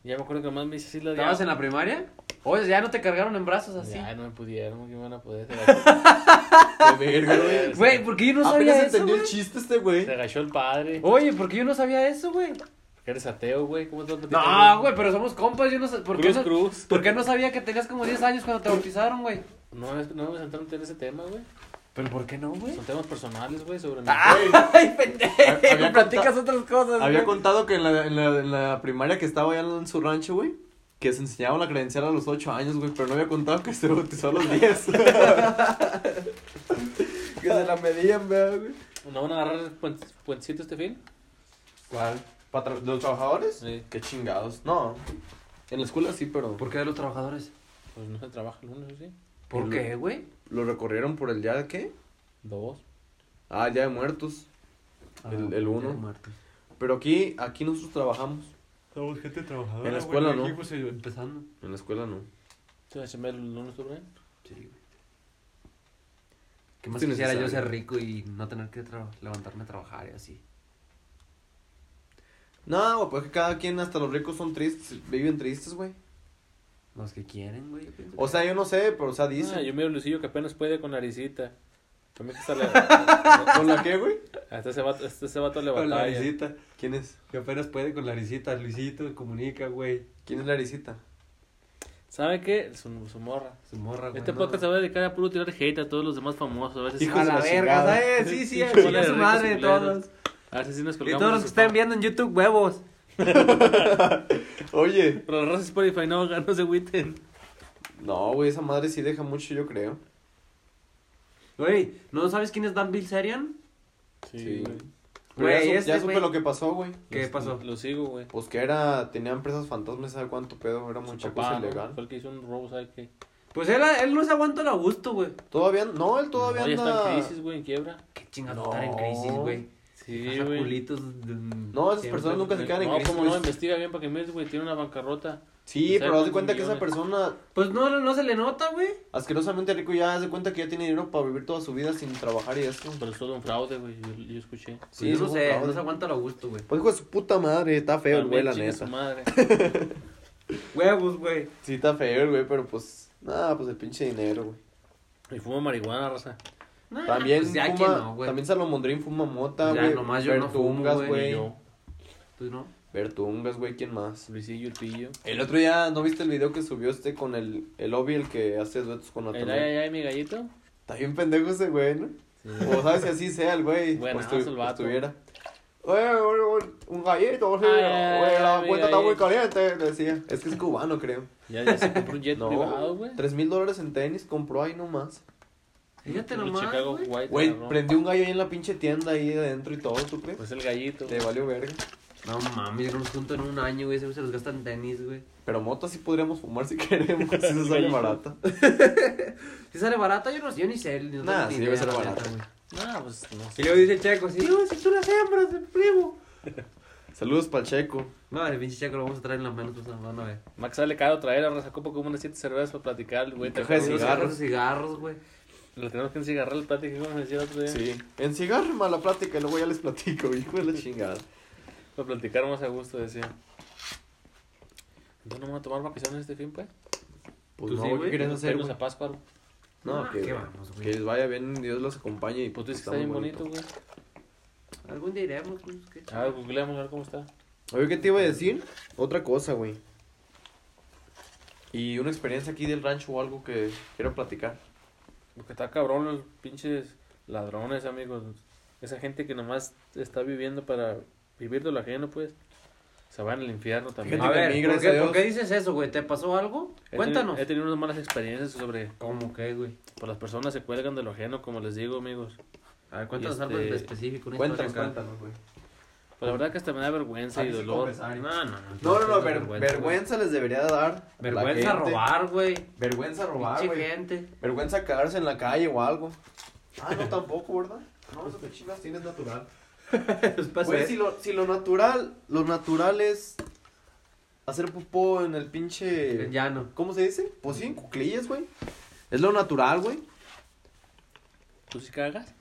Speaker 2: Ya me acuerdo que más me hice así la de...
Speaker 3: ¿Estabas en la primaria? Oye, ya no te cargaron en brazos así.
Speaker 2: Ya, no me pudieron, que me van a poder. Se
Speaker 1: De verga, güey.
Speaker 2: agachó,
Speaker 3: Güey, ¿por qué yo no
Speaker 1: Apenas
Speaker 3: sabía eso,
Speaker 1: entendió
Speaker 3: güey?
Speaker 1: el chiste este, güey.
Speaker 2: se agachó el padre.
Speaker 3: Oye, ¿por qué yo no sabía eso, güey?
Speaker 2: Porque eres ateo, güey. ¿Cómo te vas a platicar,
Speaker 3: No, güey, pero somos compas, yo no sé. ¿Por qué
Speaker 2: Cruz,
Speaker 3: no,
Speaker 2: cruz.
Speaker 3: ¿Por qué no sabía que tenías como 10 años cuando te bautizaron, güey?
Speaker 2: No, es, no me sentaron en ese tema, güey.
Speaker 3: ¿Pero por qué no, güey?
Speaker 2: Son temas personales, güey, sobre mí.
Speaker 3: Ah. ¡Ay, pendejo!
Speaker 1: había
Speaker 3: Platicas otras cosas,
Speaker 1: Había
Speaker 3: güey.
Speaker 1: contado que en la, en, la, en la primaria que estaba allá en su rancho, güey, que se enseñaba la credencial a los 8 años, güey, pero no había contado que se bautizó a los 10. que se la medían, vea, güey.
Speaker 2: ¿No van a agarrar puen- puentecito este fin?
Speaker 1: ¿Cuál? ¿Para los trabajadores?
Speaker 2: Sí.
Speaker 1: Qué chingados. No. En la escuela sí, pero
Speaker 3: ¿Por qué de los trabajadores?
Speaker 2: Pues no se trabaja el lunes, ¿sí?
Speaker 3: ¿Por
Speaker 1: El-
Speaker 3: qué, güey?
Speaker 1: lo recorrieron por el día de qué?
Speaker 2: Dos.
Speaker 1: Ah, el día de muertos. El- el uno.
Speaker 3: Ah, Ya muerto.
Speaker 1: Pero aquí, aquí nosotros trabajamos.
Speaker 6: Somos gente trabajadora.
Speaker 1: En la escuela,
Speaker 6: güey,
Speaker 1: ¿no?
Speaker 6: aquí, pues, eh,
Speaker 3: Empezando.
Speaker 1: En la escuela no.
Speaker 2: ¿Tú vas a chambear el lunes, tú, Brian?
Speaker 3: Sí, güey. ¿Qué más
Speaker 1: Sí,
Speaker 3: quisiera yo
Speaker 1: necesario.
Speaker 3: ser rico y no tener que tra- levantarme a trabajar y así?
Speaker 1: No, güey, pues que cada quien, hasta los ricos son tristes, viven tristes, güey.
Speaker 3: Los que quieren, güey. yo pienso
Speaker 1: O
Speaker 3: que-
Speaker 1: sea, yo no sé, pero o sea, dice.
Speaker 2: Ah, yo miro a Luisillo que apenas puede con naricita. A mí que este está le...
Speaker 1: ¿Con la qué, güey?
Speaker 2: Hasta ese vato, hasta ese vato le
Speaker 6: Con la
Speaker 2: batalla.
Speaker 6: visita.
Speaker 1: ¿Quién es?
Speaker 6: Que apenas puede con la risita. Luisito, comunica, güey.
Speaker 1: ¿Quién es la risita?
Speaker 2: ¿Sabe qué? Su, su morra.
Speaker 6: Su morra, güey.
Speaker 2: Este
Speaker 6: no,
Speaker 2: podcast se va a dedicar a puro tirar hate a todos los demás famosos. A ver si,
Speaker 1: Hijo
Speaker 3: A
Speaker 1: de
Speaker 3: la
Speaker 1: la
Speaker 3: verga,
Speaker 1: chingada.
Speaker 3: ¿sabes? Sí, sí, a
Speaker 2: Híjole,
Speaker 3: chingar su
Speaker 2: ricos
Speaker 3: madre
Speaker 2: y
Speaker 3: todos.
Speaker 2: a ver si nos
Speaker 3: Y
Speaker 2: colgamos.
Speaker 3: todos los que estén viendo en YouTube, huevos.
Speaker 1: Oye.
Speaker 2: Pero la raza de Spotify no, no se agüiten.
Speaker 1: No, güey, esa madre sí deja mucho, yo creo.
Speaker 3: Güey, ¿no sabes quién es Dan Bilzerian?
Speaker 1: Sí.
Speaker 2: güey.
Speaker 1: Pero
Speaker 3: Güey,
Speaker 1: ya, su-
Speaker 3: este
Speaker 1: ya supe
Speaker 3: güey.
Speaker 1: lo que pasó, güey.
Speaker 3: ¿Qué
Speaker 2: Lo-
Speaker 3: pasó?
Speaker 2: Lo sigo, güey.
Speaker 1: Pues que era, tenía empresas fantasmas, ¿sabe cuánto pedo? Era mucha
Speaker 2: Su papá,
Speaker 1: cosa
Speaker 2: ¿no?
Speaker 1: ilegal.
Speaker 2: Fue el que hizo un robo, ¿sabe qué?
Speaker 3: Pues él, él no se aguanta el a gusto, güey.
Speaker 1: Todavía, no, él todavía
Speaker 2: Oye,
Speaker 1: anda...
Speaker 2: está en crisis, güey, en quiebra.
Speaker 3: Qué chingado
Speaker 1: No.
Speaker 3: estar en crisis, güey.
Speaker 2: Sí,
Speaker 3: Ajá,
Speaker 2: güey.
Speaker 3: culitos de-
Speaker 1: No, esas
Speaker 3: siempre.
Speaker 1: personas nunca se quedan en
Speaker 2: No,
Speaker 1: crisis, pues.
Speaker 2: como
Speaker 1: güey.
Speaker 2: no, investiga bien para que mires, güey, tiene una bancarrota.
Speaker 1: Sí,
Speaker 2: Se
Speaker 1: pero haz de cuenta
Speaker 2: cuántos
Speaker 1: que esa
Speaker 2: Pues millones.
Speaker 1: persona,
Speaker 3: Pues no, no, no se le nota, güey.
Speaker 1: asquerosamente rico, ya haz de cuenta que ya tiene dinero para vivir toda su vida sin trabajar y eso.
Speaker 2: Pero es todo un fraude, güey, yo, yo escuché.
Speaker 1: Sí,
Speaker 3: Sí,
Speaker 1: eso
Speaker 3: no
Speaker 1: es
Speaker 3: sé,
Speaker 1: fraude.
Speaker 3: no se aguanta el a gusto, güey.
Speaker 1: Pues hijo de su puta madre, está feo el güey,
Speaker 2: También
Speaker 1: la
Speaker 2: chingue su
Speaker 1: neta.
Speaker 2: madre.
Speaker 3: Huevos, güey.
Speaker 1: Sí, está feo el güey, pero pues, nada, pues el pinche dinero, güey.
Speaker 2: Y fuma marihuana, raza.
Speaker 3: Nah,
Speaker 1: También
Speaker 3: pues ya
Speaker 1: fuma,
Speaker 3: que no, güey.
Speaker 1: también Salomondrín fuma mota,
Speaker 3: Ya,
Speaker 1: güey.
Speaker 3: nomás yo no fumo,
Speaker 1: Bertungas,
Speaker 3: güey,
Speaker 2: Y
Speaker 1: güey.
Speaker 2: yo,
Speaker 3: Tú Pues no.
Speaker 1: Bertungas, güey, ¿quién más?
Speaker 2: Luisillo, el pillo.
Speaker 1: El otro día, ¿no viste el video que subió este con el, el Obi, el que hace duetos con
Speaker 2: El
Speaker 1: Natalia?
Speaker 2: ay, ay, ay, mi gallito.
Speaker 1: Está bien pendejo ese güey, ¿no?
Speaker 2: Sí.
Speaker 1: O sabes si así sea el güey.
Speaker 2: Buenazo
Speaker 1: o estu-
Speaker 2: el vato.
Speaker 1: Estuviera. Oye, oye, oye, un gallito, sí,
Speaker 2: Ay,
Speaker 1: oye,
Speaker 2: ay,
Speaker 1: la
Speaker 2: ay,
Speaker 1: cuenta
Speaker 2: mi
Speaker 1: está muy
Speaker 2: gallito.
Speaker 1: caliente, decía. Es que es cubano, creo.
Speaker 2: Ya, ya se compró un jet privado,
Speaker 1: No,
Speaker 2: güey.
Speaker 1: tres mil dólares en tenis, compró ahí nomás.
Speaker 3: Fíjate
Speaker 2: Los
Speaker 3: nomás,
Speaker 2: Chicago
Speaker 3: güey.
Speaker 2: White
Speaker 1: Güey,
Speaker 2: agarró.
Speaker 1: prendió un gallo ahí en la pinche tienda ahí adentro y todo, ¿tú crees?
Speaker 2: Pues el gallito.
Speaker 1: Le valió verga.
Speaker 3: No mames, yo no los junto en un año, güey. Seguro Se los gastan en tenis, güey.
Speaker 1: Pero mota sí podríamos fumar si queremos, si se sale barata.
Speaker 3: Si sale barata, yo no sé, yo ni sé. ni- No
Speaker 1: Nah,
Speaker 3: tengo ni
Speaker 1: sí debe
Speaker 3: idea,
Speaker 1: ser
Speaker 3: la
Speaker 1: barata.
Speaker 3: neta, güey.
Speaker 2: No, pues no
Speaker 6: Y
Speaker 2: sé.
Speaker 6: luego dice el Chaco, sí,
Speaker 3: Sí, güey, si tú las hembras, primo.
Speaker 1: Saludos para el Checo.
Speaker 3: No, el pinche checo lo vamos a traer en las manos, pues van a ver.
Speaker 2: Max sale caro traer, ahora sacó como unas siete cervezas para platicar, el güey. ¿te
Speaker 1: Caja de
Speaker 2: acuerdas?
Speaker 1: cigarros.
Speaker 3: Cigarros, cigarros, güey.
Speaker 2: Lo tenemos que encigarrar el plática que me decía el otro día.
Speaker 1: Sí. En cigarro, mala plática, y luego ya les platico, hijo de la chingada.
Speaker 2: Para platicar más a gusto, decía. Entonces no vamos a tomar vacaciones este fin, pues.
Speaker 1: Pues
Speaker 3: ¿Tú
Speaker 1: no,
Speaker 3: sí,
Speaker 1: ¿qué
Speaker 3: güey?
Speaker 1: quieres hacer?
Speaker 2: Irnos
Speaker 1: güey? Pues
Speaker 2: a Pátzcuaro.
Speaker 1: No,
Speaker 3: Ah,
Speaker 1: que,
Speaker 3: qué vamos, güey.
Speaker 1: que les vaya bien, Dios los acompañe. Y
Speaker 2: Pues tú dices que
Speaker 1: está
Speaker 2: está bien
Speaker 1: muy
Speaker 2: bonito, güey.
Speaker 3: Algún día iremos, pues, qué
Speaker 2: A ver,
Speaker 3: chido.
Speaker 2: googleamos a ver cómo está.
Speaker 1: Oye, ¿qué te iba a decir? Otra cosa, güey. Y una experiencia aquí del rancho o algo que quiero platicar.
Speaker 2: Porque está cabrón los pinches ladrones, amigos. Esa gente que nomás está viviendo para vivir de lo ajeno, pues. Se va en el infierno también.
Speaker 1: Fíjate
Speaker 3: A
Speaker 1: que a
Speaker 3: ver,
Speaker 1: mí,
Speaker 3: ¿por
Speaker 1: gracias
Speaker 3: qué,
Speaker 1: a Dios-
Speaker 3: por qué dices eso, güey? ¿Te pasó algo?
Speaker 2: He teni-
Speaker 3: Cuéntanos.
Speaker 2: He tenido unas malas experiencias sobre
Speaker 3: ¿Cómo que, güey?
Speaker 2: por las personas se cuelgan de lo ajeno, como les digo, amigos.
Speaker 3: A ver, cuéntanos
Speaker 2: Este,
Speaker 3: algo en específico. una
Speaker 1: Cuéntanos,
Speaker 3: historia acá.
Speaker 1: cuéntanos, güey.
Speaker 2: Pues la verdad que hasta me da vergüenza
Speaker 6: Ah,
Speaker 2: y
Speaker 6: sí,
Speaker 2: dolor.
Speaker 6: confesar.
Speaker 2: No, no, no.
Speaker 1: No, no, no,
Speaker 3: Vergüenza,
Speaker 1: ver-
Speaker 3: vergüenza,
Speaker 1: vergüenza les debería dar. a la
Speaker 3: Vergüenza
Speaker 1: gente.
Speaker 3: robar, güey.
Speaker 1: Vergüenza robar,
Speaker 3: Pinche
Speaker 1: güey.
Speaker 3: gente.
Speaker 1: Vergüenza cagarse en la calle o algo. Ah, no, tampoco, ¿verdad? No, eso que chingas tienes natural.
Speaker 3: Pues
Speaker 1: Güey, si lo, si lo natural, lo natural es hacer popó en el pinche...
Speaker 3: En llano.
Speaker 1: ¿Cómo se dice? Pues sí, en cuclillas, güey. Es lo natural, güey.
Speaker 2: ¿Tú sí cagas?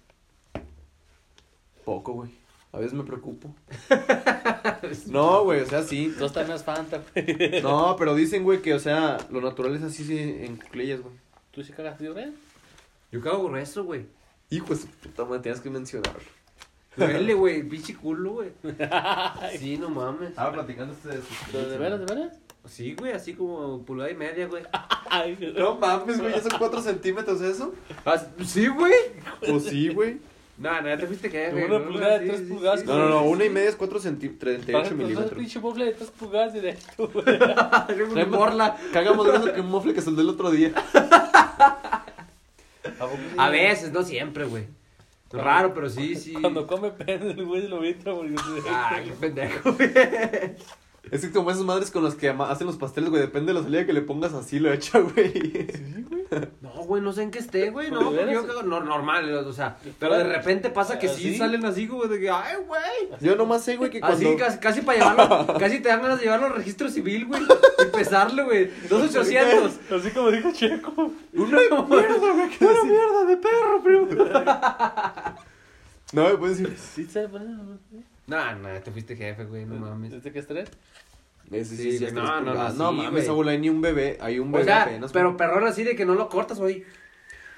Speaker 1: Poco, güey. A veces me preocupo. no, güey, o sea, sí.
Speaker 2: Tú estás más fanta, güey.
Speaker 1: No, pero dicen, güey, que, o sea, lo natural es así sí, en cuclillas, güey.
Speaker 2: ¿Tú sí cagas, tío, güey?
Speaker 3: Yo cago grueso, güey.
Speaker 1: Hijo de su puta madre, tienes que mencionarlo.
Speaker 3: Duele, güey. Pinche culo, güey. Sí, no mames.
Speaker 1: Estaba platicando este de
Speaker 2: ¿Pero ¿De veras, de veras?
Speaker 3: Sí, güey, así como pulgada y media, güey.
Speaker 2: Ay, güey.
Speaker 1: No mames, güey, ya son 4 centímetros eso.
Speaker 3: sí, güey.
Speaker 1: Pues sí, güey.
Speaker 3: No, no, te fuiste que
Speaker 2: Una pulgada, tres pulgadas,
Speaker 1: No, no, no, una y media es 4 centímetros,
Speaker 2: Parece
Speaker 1: 38
Speaker 2: que nosotros
Speaker 1: milímetros.
Speaker 2: pinche bofle de tres pulgadas directo, güey.
Speaker 3: Trae borla.
Speaker 1: Cagamos de eso que un mofle que soldé el otro día.
Speaker 3: A veces, no siempre, güey. Raro, pero sí, sí.
Speaker 2: Cuando come pene, el güey se lo viste porque
Speaker 3: Ay, qué pendejo, güey.
Speaker 1: Es que como esas madres con las que ama- hacen los pasteles, güey, depende de la salida que le pongas así, lo echa, güey.
Speaker 3: No, güey, no sé en qué esté, güey.
Speaker 1: Pues
Speaker 3: No,
Speaker 2: ¿De
Speaker 3: porque yo
Speaker 2: veras?
Speaker 3: cago no, normal, o sea. Pero de repente pasa
Speaker 1: Eh,
Speaker 3: que sí
Speaker 2: ¿Así?
Speaker 3: salen así, güey, de que, ay, güey.
Speaker 1: Yo nomás sé, güey, que cuando...
Speaker 3: Así, casi, casi para llevarlo, casi te dan ganas de llevarlo al registro civil, güey. Y pesarle, güey. Dos
Speaker 1: Pues,
Speaker 3: ochocientos.
Speaker 2: Así como dijo Checo.
Speaker 3: Una mierda, güey, qué una mierda de perro, primo.
Speaker 1: No, me puedes decir...
Speaker 2: Sí, sabes, bueno,
Speaker 3: No, no, te fuiste jefe, güey, no mames.
Speaker 2: ¿Desde qué estrés?
Speaker 1: Ese
Speaker 3: Sí,
Speaker 1: sí, sí,
Speaker 3: güey, no, no, no,
Speaker 1: no,
Speaker 3: sí,
Speaker 1: no
Speaker 3: güey.
Speaker 1: mames, abuelo, hay ni un bebé, hay un
Speaker 3: O
Speaker 1: bebé
Speaker 3: sea,
Speaker 1: apenas.
Speaker 3: pero perrón así de que no lo cortas, güey.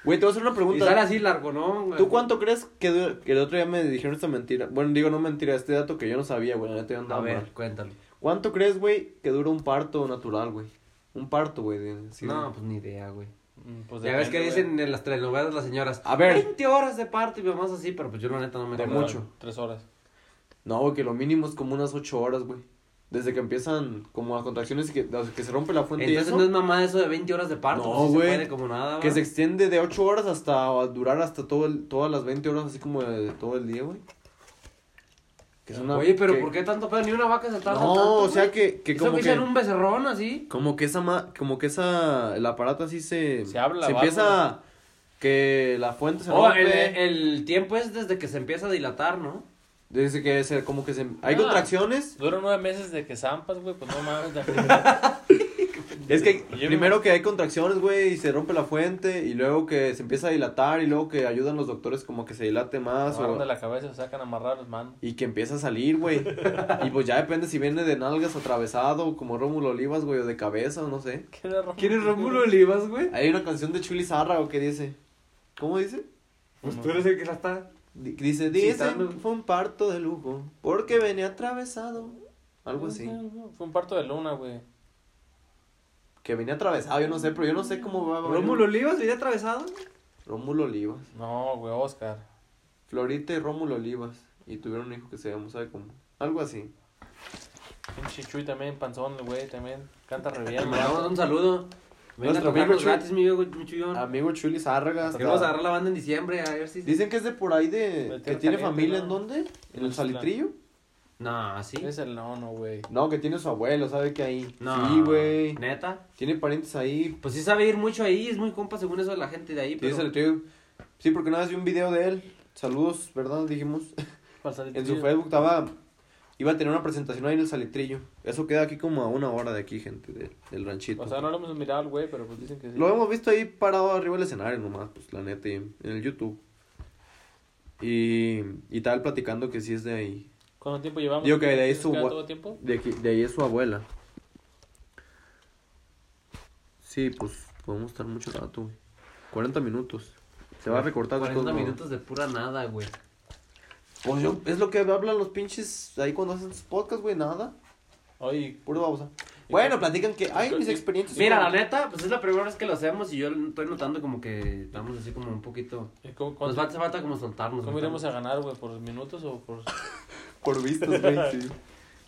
Speaker 1: Güey, te voy a hacer una
Speaker 3: Y sale
Speaker 1: pregunta.
Speaker 3: así largo, ¿no? güey?
Speaker 1: ¿Tú cuánto crees que, du- que el otro día me dijeron esta mentira? Bueno, digo, no mentira, este dato que yo no sabía, güey, la neta yo
Speaker 3: A
Speaker 1: andaba
Speaker 3: ver,
Speaker 1: mal.
Speaker 3: cuéntalo.
Speaker 1: ¿Cuánto crees, güey, que dura un parto natural, güey? Un parto, güey. de- sí,
Speaker 3: no,
Speaker 1: güey.
Speaker 3: pues ni idea, güey.
Speaker 2: Pues
Speaker 3: ya ves que
Speaker 2: depende,
Speaker 3: dicen en las telenovelas las señoras.
Speaker 1: A ver.
Speaker 3: 20 horas de parto y mamás así, pero pues yo la neta no me
Speaker 1: De
Speaker 2: güey.
Speaker 3: acuerdo.
Speaker 1: mucho.
Speaker 2: Tres horas.
Speaker 1: No, güey, que lo mínimo es como unas ocho horas, güey. Desde que empiezan como las contracciones y que, las que se rompe la fuente
Speaker 3: Entonces
Speaker 1: y eso,
Speaker 3: no es mamá eso de 20 horas de parto.
Speaker 1: No,
Speaker 3: pues, sí se
Speaker 1: güey.
Speaker 3: puede como nada,
Speaker 1: que se
Speaker 3: ¿verdad?
Speaker 1: extiende de ocho horas hasta a durar hasta todo el- todas las 20 horas, así como de, todo el día, güey. Que es una-
Speaker 3: Oye, pero
Speaker 1: que-
Speaker 3: ¿por qué tanto pedo? Ni una vaca se tarda
Speaker 1: No,
Speaker 3: tanto,
Speaker 1: o sea
Speaker 3: güey.
Speaker 1: que, que
Speaker 3: Eso
Speaker 1: como
Speaker 3: que...
Speaker 1: que...
Speaker 3: hicieron un becerrón así.
Speaker 1: Como que esa ma- como que esa el aparato así se
Speaker 2: Se abre la válvula.
Speaker 1: empieza a- que la fuente se
Speaker 3: Oh, el,
Speaker 1: rompe.
Speaker 3: el tiempo es desde que se empieza a dilatar, ¿no?
Speaker 1: Dice que se como que se hay
Speaker 2: Ah.
Speaker 1: contracciones.
Speaker 2: Duran nueve meses de que zampas, güey. Pues no mames. la-
Speaker 1: Es que
Speaker 2: Yo me-
Speaker 1: primero que hay contracciones, güey, y se rompe la fuente y luego que se empieza a dilatar y luego que ayudan los doctores como que se dilate más
Speaker 2: Agarran
Speaker 1: o-
Speaker 2: de la cabeza, se sacan amarrar los manos.
Speaker 1: y que empieza a salir, güey. y pues ya depende si viene de nalgas atravesado como Rómulo Olivas, güey, o de cabeza o no sé.
Speaker 2: ¿Qué le rompe?
Speaker 3: ¿Quién es Rómulo Olivas, güey?
Speaker 1: Hay una canción de Chuli Zarra que dice ¿Cómo dice?
Speaker 3: Pues tú eres el que la está.
Speaker 1: Di- Dice,
Speaker 3: Citando.
Speaker 1: dicen que fue un parto de lujo porque venía atravesado. Algo así.
Speaker 2: Pues Fue un parto de luna, güey.
Speaker 1: Que venía atravesado, yo no sé, pero yo no sé cómo va. va-
Speaker 3: ¿Rómulo Olivas viene atravesado?
Speaker 1: Rómulo Olivas.
Speaker 2: No, güey, Oscar.
Speaker 1: Florita y Rómulo Olivas. Y tuvieron un hijo que se llama, ¿sabe cómo? Algo así.
Speaker 2: Pinche Chuy también, panzón, el güey, también. Canta re
Speaker 3: Le
Speaker 2: bien, güey.
Speaker 3: mandamos un saludo. Venga a
Speaker 1: Nuestro amigo
Speaker 3: tocarnos
Speaker 1: Chuy. Ah, pues,
Speaker 3: gratis, mi amigo mi Chuyón.
Speaker 1: Amigo Chuli Zárraga. hasta-
Speaker 3: Queremos agarrar la banda en diciembre, a ver si...
Speaker 1: Dicen que es de por ahí de.
Speaker 2: Del
Speaker 1: que tiene
Speaker 2: Tierra Caliente,
Speaker 1: familia
Speaker 2: ¿no?
Speaker 1: en dónde? En el
Speaker 2: Mazatlán.
Speaker 1: Salitrillo.
Speaker 3: No, ¿sí?
Speaker 2: Es el nono, güey.
Speaker 1: No, que tiene su abuelo, ¿sabe que ahí?
Speaker 3: No.
Speaker 1: Sí, güey.
Speaker 3: ¿Neta?
Speaker 1: Tiene parientes ahí.
Speaker 3: Pues sí sabe ir mucho ahí, es muy compa según eso de la gente de ahí,
Speaker 1: Tiene
Speaker 3: pero...
Speaker 1: Salitrillo. Sí, porque una vez vi un video de él. Saludos, ¿verdad? Dijimos.
Speaker 2: Para salir
Speaker 1: En su
Speaker 2: chido.
Speaker 1: Facebook estaba. Iba a tener una presentación ahí en el salitrillo. Eso queda aquí como a una hora de aquí, gente, de- del ranchito.
Speaker 2: O sea, no lo hemos mirado al güey, pero pues dicen que sí.
Speaker 1: Lo hemos visto ahí parado arriba del escenario nomás, pues la neta, y en el YouTube. Y, y tal, platicando que sí es de ahí.
Speaker 2: ¿Cuánto tiempo llevamos?
Speaker 1: Digo que de ahí
Speaker 2: ¿Nos
Speaker 1: su
Speaker 2: queda
Speaker 1: gua-
Speaker 2: todo tiempo?
Speaker 1: De, aquí- de ahí es su abuela. Sí, pues podemos estar mucho rato. güey. 40 minutos. Se va a recortar de
Speaker 3: 40
Speaker 1: todos modos.
Speaker 3: minutos de pura nada, güey.
Speaker 1: Pues yo, es lo que hablan los pinches ahí cuando hacen sus podcasts, güey, nada.
Speaker 2: Oye,
Speaker 1: Puro babosa.
Speaker 2: ¿Y
Speaker 1: Bueno,
Speaker 2: qué?
Speaker 1: platican que, ay,
Speaker 2: qué-
Speaker 1: mis
Speaker 2: y-
Speaker 1: experiencias.
Speaker 3: Mira, la
Speaker 1: con-
Speaker 3: neta, pues es la primera vez que lo hacemos y yo estoy notando como que estamos así como un poquito...
Speaker 2: ¿y ¿cómo,
Speaker 3: Nos
Speaker 2: cuánto-
Speaker 3: falta, falta como soltarnos.
Speaker 2: cómo
Speaker 3: güey.
Speaker 2: iremos a ganar, güey? ¿Por minutos o por...?
Speaker 1: Por vistas, güey, sí.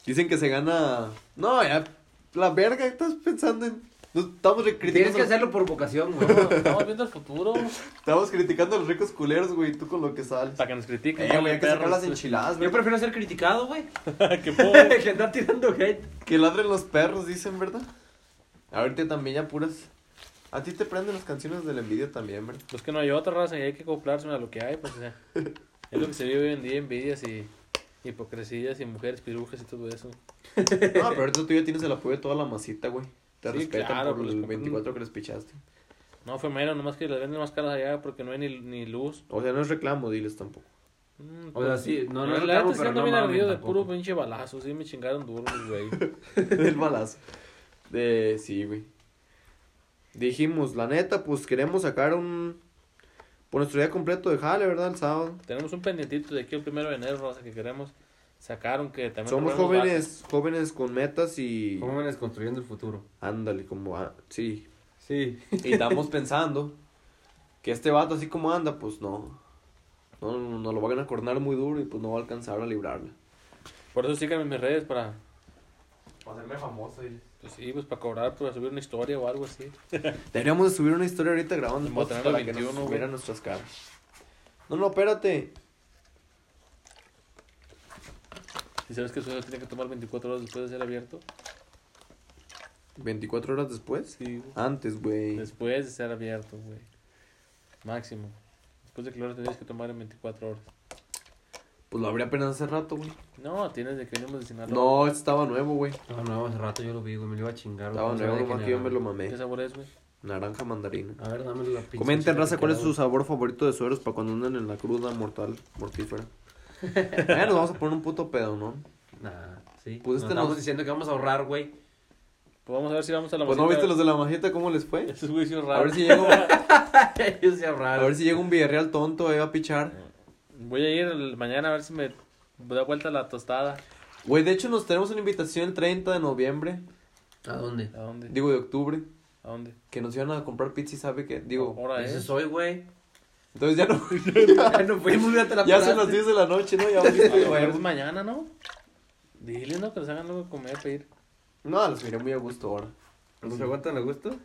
Speaker 1: Dicen que se gana. No, ya. La verga, estás pensando en. Nos estamos re- criticando.
Speaker 3: Tienes que hacerlo por vocación, güey.
Speaker 2: Estamos viendo el futuro.
Speaker 1: Estamos criticando a los ricos culeros, güey. Tú con lo que sales.
Speaker 2: Para que nos critiquen.
Speaker 1: Eh, güey, hay que sacar
Speaker 2: perros.
Speaker 1: las enchiladas, güey.
Speaker 3: Yo prefiero ser criticado, güey.
Speaker 2: Qué pobre.
Speaker 3: que andar tirando hate.
Speaker 1: Que ladren los perros, dicen, ¿verdad? Ahorita también ya puras. A ti te prenden las canciones del envidia también, ¿verdad?
Speaker 2: Pues que no hay otra raza y hay que acoplarse a lo que hay, pues, o sea, es lo que se vive hoy en día, envidias y hipocresías y mujeres pirujas y todo eso.
Speaker 1: No, pero ahorita tú ya tienes el apoyo de toda la masita, güey. Te
Speaker 2: Sí,
Speaker 1: respetan
Speaker 2: claro,
Speaker 1: por
Speaker 2: pues,
Speaker 1: el
Speaker 2: los-
Speaker 1: 24 que les pichaste.
Speaker 2: No, fue mero, nomás que las venden más caras allá porque no hay ni, ni luz.
Speaker 1: O sea, no es reclamo, diles tampoco.
Speaker 2: Mm,
Speaker 3: O sea, sí, no, no,
Speaker 2: la
Speaker 3: no
Speaker 2: neta
Speaker 3: acabo,
Speaker 2: sí
Speaker 3: pero
Speaker 2: ando
Speaker 3: no
Speaker 2: bien
Speaker 3: mamen
Speaker 2: ardido de
Speaker 3: tampoco.
Speaker 2: puro pinche balazo, sí me chingaron duro, los güey.
Speaker 1: Del balazo. De, sí, güey. Dijimos, la neta, pues queremos sacar un. Por nuestro día completo de jale, ¿verdad? El sábado.
Speaker 2: Tenemos un pendientito de aquí el primero de enero, raza, que queremos sacar, aunque también...
Speaker 1: Somos
Speaker 2: nos vemos
Speaker 1: jóvenes, jóvenes con metas y.
Speaker 3: Jóvenes construyendo el futuro.
Speaker 1: Ándale, como. a- Sí.
Speaker 6: Sí.
Speaker 1: Y estamos pensando que este vato, así como anda, pues no. No, no, no lo van a cornar muy duro y pues no va a alcanzar a librarla.
Speaker 2: vacas. Por eso síganme en mis redes para...
Speaker 1: Para hacerme famoso.
Speaker 2: Pues sí, pues para cobrar, para subir una historia o algo así.
Speaker 1: Deberíamos de subir una historia ahorita grabando
Speaker 2: Vamos a
Speaker 1: podcast
Speaker 2: tener
Speaker 1: para que
Speaker 2: 21,
Speaker 1: nos
Speaker 2: güey.
Speaker 1: vieran nuestras caras. No, no, espérate.
Speaker 2: Si sabes que eso tiene que tomar 24 horas después de ser abierto.
Speaker 1: 24 horas después.
Speaker 2: Sí,
Speaker 1: Antes, güey.
Speaker 2: Después de ser abierto, güey. Máximo. Después de que lo abras, tienes que tomar en 24 horas.
Speaker 1: Pues lo abrí apenas hace rato, güey.
Speaker 2: No, tienes de que venimos de Sinaloa.
Speaker 1: No, este estaba nuevo, güey.
Speaker 3: No, no, hace rato yo lo vi, güey. Me lo iba a chingar, güey.
Speaker 1: Estaba
Speaker 3: no
Speaker 1: nuevo,
Speaker 3: sabía
Speaker 1: nomás Ah,
Speaker 3: quién
Speaker 1: que Ah, yo
Speaker 3: era.
Speaker 1: me lo
Speaker 2: ¿Qué
Speaker 1: mamé.
Speaker 2: sabor es, güey?
Speaker 1: Naranja mandarina.
Speaker 3: A ver, dame la pinche.
Speaker 1: Comenten,
Speaker 3: chica
Speaker 1: raza,
Speaker 3: que
Speaker 1: cuál es
Speaker 3: queda,
Speaker 1: su sabor favorito de sueros para cuando anden en la cruda mortal mortífera. Mañana nos vamos a poner un puto pedo, ¿no?
Speaker 3: güey. Nah,
Speaker 1: Pues
Speaker 3: sí. Pues
Speaker 1: este
Speaker 3: estamos
Speaker 1: no-
Speaker 3: diciendo que vamos a ahorrar, güey.
Speaker 2: Pues vamos a ver si vamos a la
Speaker 1: Pues no viste los de la majeta cómo les fue.
Speaker 2: Esos güeyes son
Speaker 1: A
Speaker 2: raros.
Speaker 1: ver si llega un,
Speaker 3: Yo sí ahorrar.
Speaker 1: a ver si llega un Villarreal tonto ahí va a pichar.
Speaker 2: Voy a ir el- mañana a ver si me da vuelta la tostada.
Speaker 1: Güey, de hecho nos tenemos una invitación el 30 de noviembre,
Speaker 3: ¿A dónde?
Speaker 2: ¿A dónde?
Speaker 1: digo de octubre,
Speaker 2: ¿A dónde?
Speaker 1: que nos iban a comprar pizza y sabe qué, digo. pues
Speaker 2: Ahora ¿eh?
Speaker 3: Ese
Speaker 2: es.
Speaker 3: soy, güey.
Speaker 1: Entonces Oh, ya no
Speaker 3: Ya no fuimos, ya te la
Speaker 1: ya son las
Speaker 3: pelaste.
Speaker 1: 10 de la noche, ¿no? Ya
Speaker 2: A lo mejor
Speaker 1: vamos
Speaker 2: es mañana, ¿no? Dile, ¿no? Que nos hagan algo de comer, pedir.
Speaker 1: No, las miré muy a gusto ahora. Pues
Speaker 3: ¿Nos aguantan a gusto?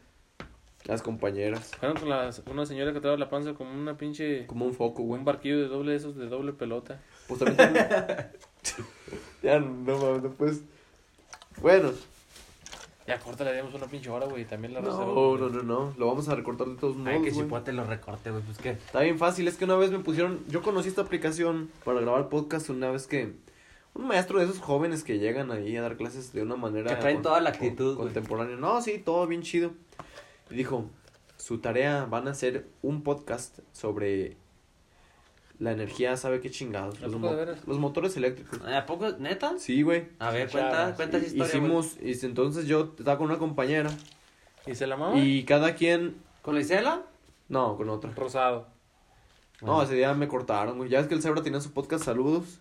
Speaker 1: Las compañeras.
Speaker 2: Fueron con las- una señora que trae la panza como una pinche...
Speaker 1: Como un foco, güey.
Speaker 2: Un barquillo de doble esos, de doble pelota.
Speaker 1: Pues también tengo- ya no mames, no puedes. Bueno,
Speaker 2: Ya, corta, le dimos una pinche hora, güey. y También la raza,
Speaker 1: no,
Speaker 2: güey.
Speaker 1: no, no, no. Lo vamos a recortar de todos modos.
Speaker 3: Ay, que
Speaker 1: güey.
Speaker 3: chipote lo recorte, güey. Pues qué.
Speaker 1: Está bien fácil, es que una vez me pusieron. Yo conocí esta aplicación para grabar podcast una vez que. Un maestro de esos jóvenes que llegan ahí a dar clases de una manera.
Speaker 3: Que traen toda la actitud, güey.
Speaker 1: Contemporánea. No, sí, todo bien chido. Y dijo: Su tarea van a hacer un podcast sobre. La energía, sabe qué chingados.
Speaker 2: ¿A
Speaker 1: Los,
Speaker 2: poco de
Speaker 1: mo-
Speaker 2: veras?
Speaker 1: los motores eléctricos.
Speaker 3: Ay, ¿A poco? ¿Neta?
Speaker 1: Sí, güey.
Speaker 3: A ver,
Speaker 2: Charlas.
Speaker 3: cuenta, cuenta esa historia. güey.
Speaker 1: Hicimos, y entonces yo estaba con una compañera
Speaker 2: ¿Y se la mama?
Speaker 1: y cada quien,
Speaker 3: ¿Con la Isela?
Speaker 1: no, con otra.
Speaker 2: Rosado.
Speaker 1: No, ese día me cortaron, güey. Ya es que el Zebra tenía su podcast Saludos.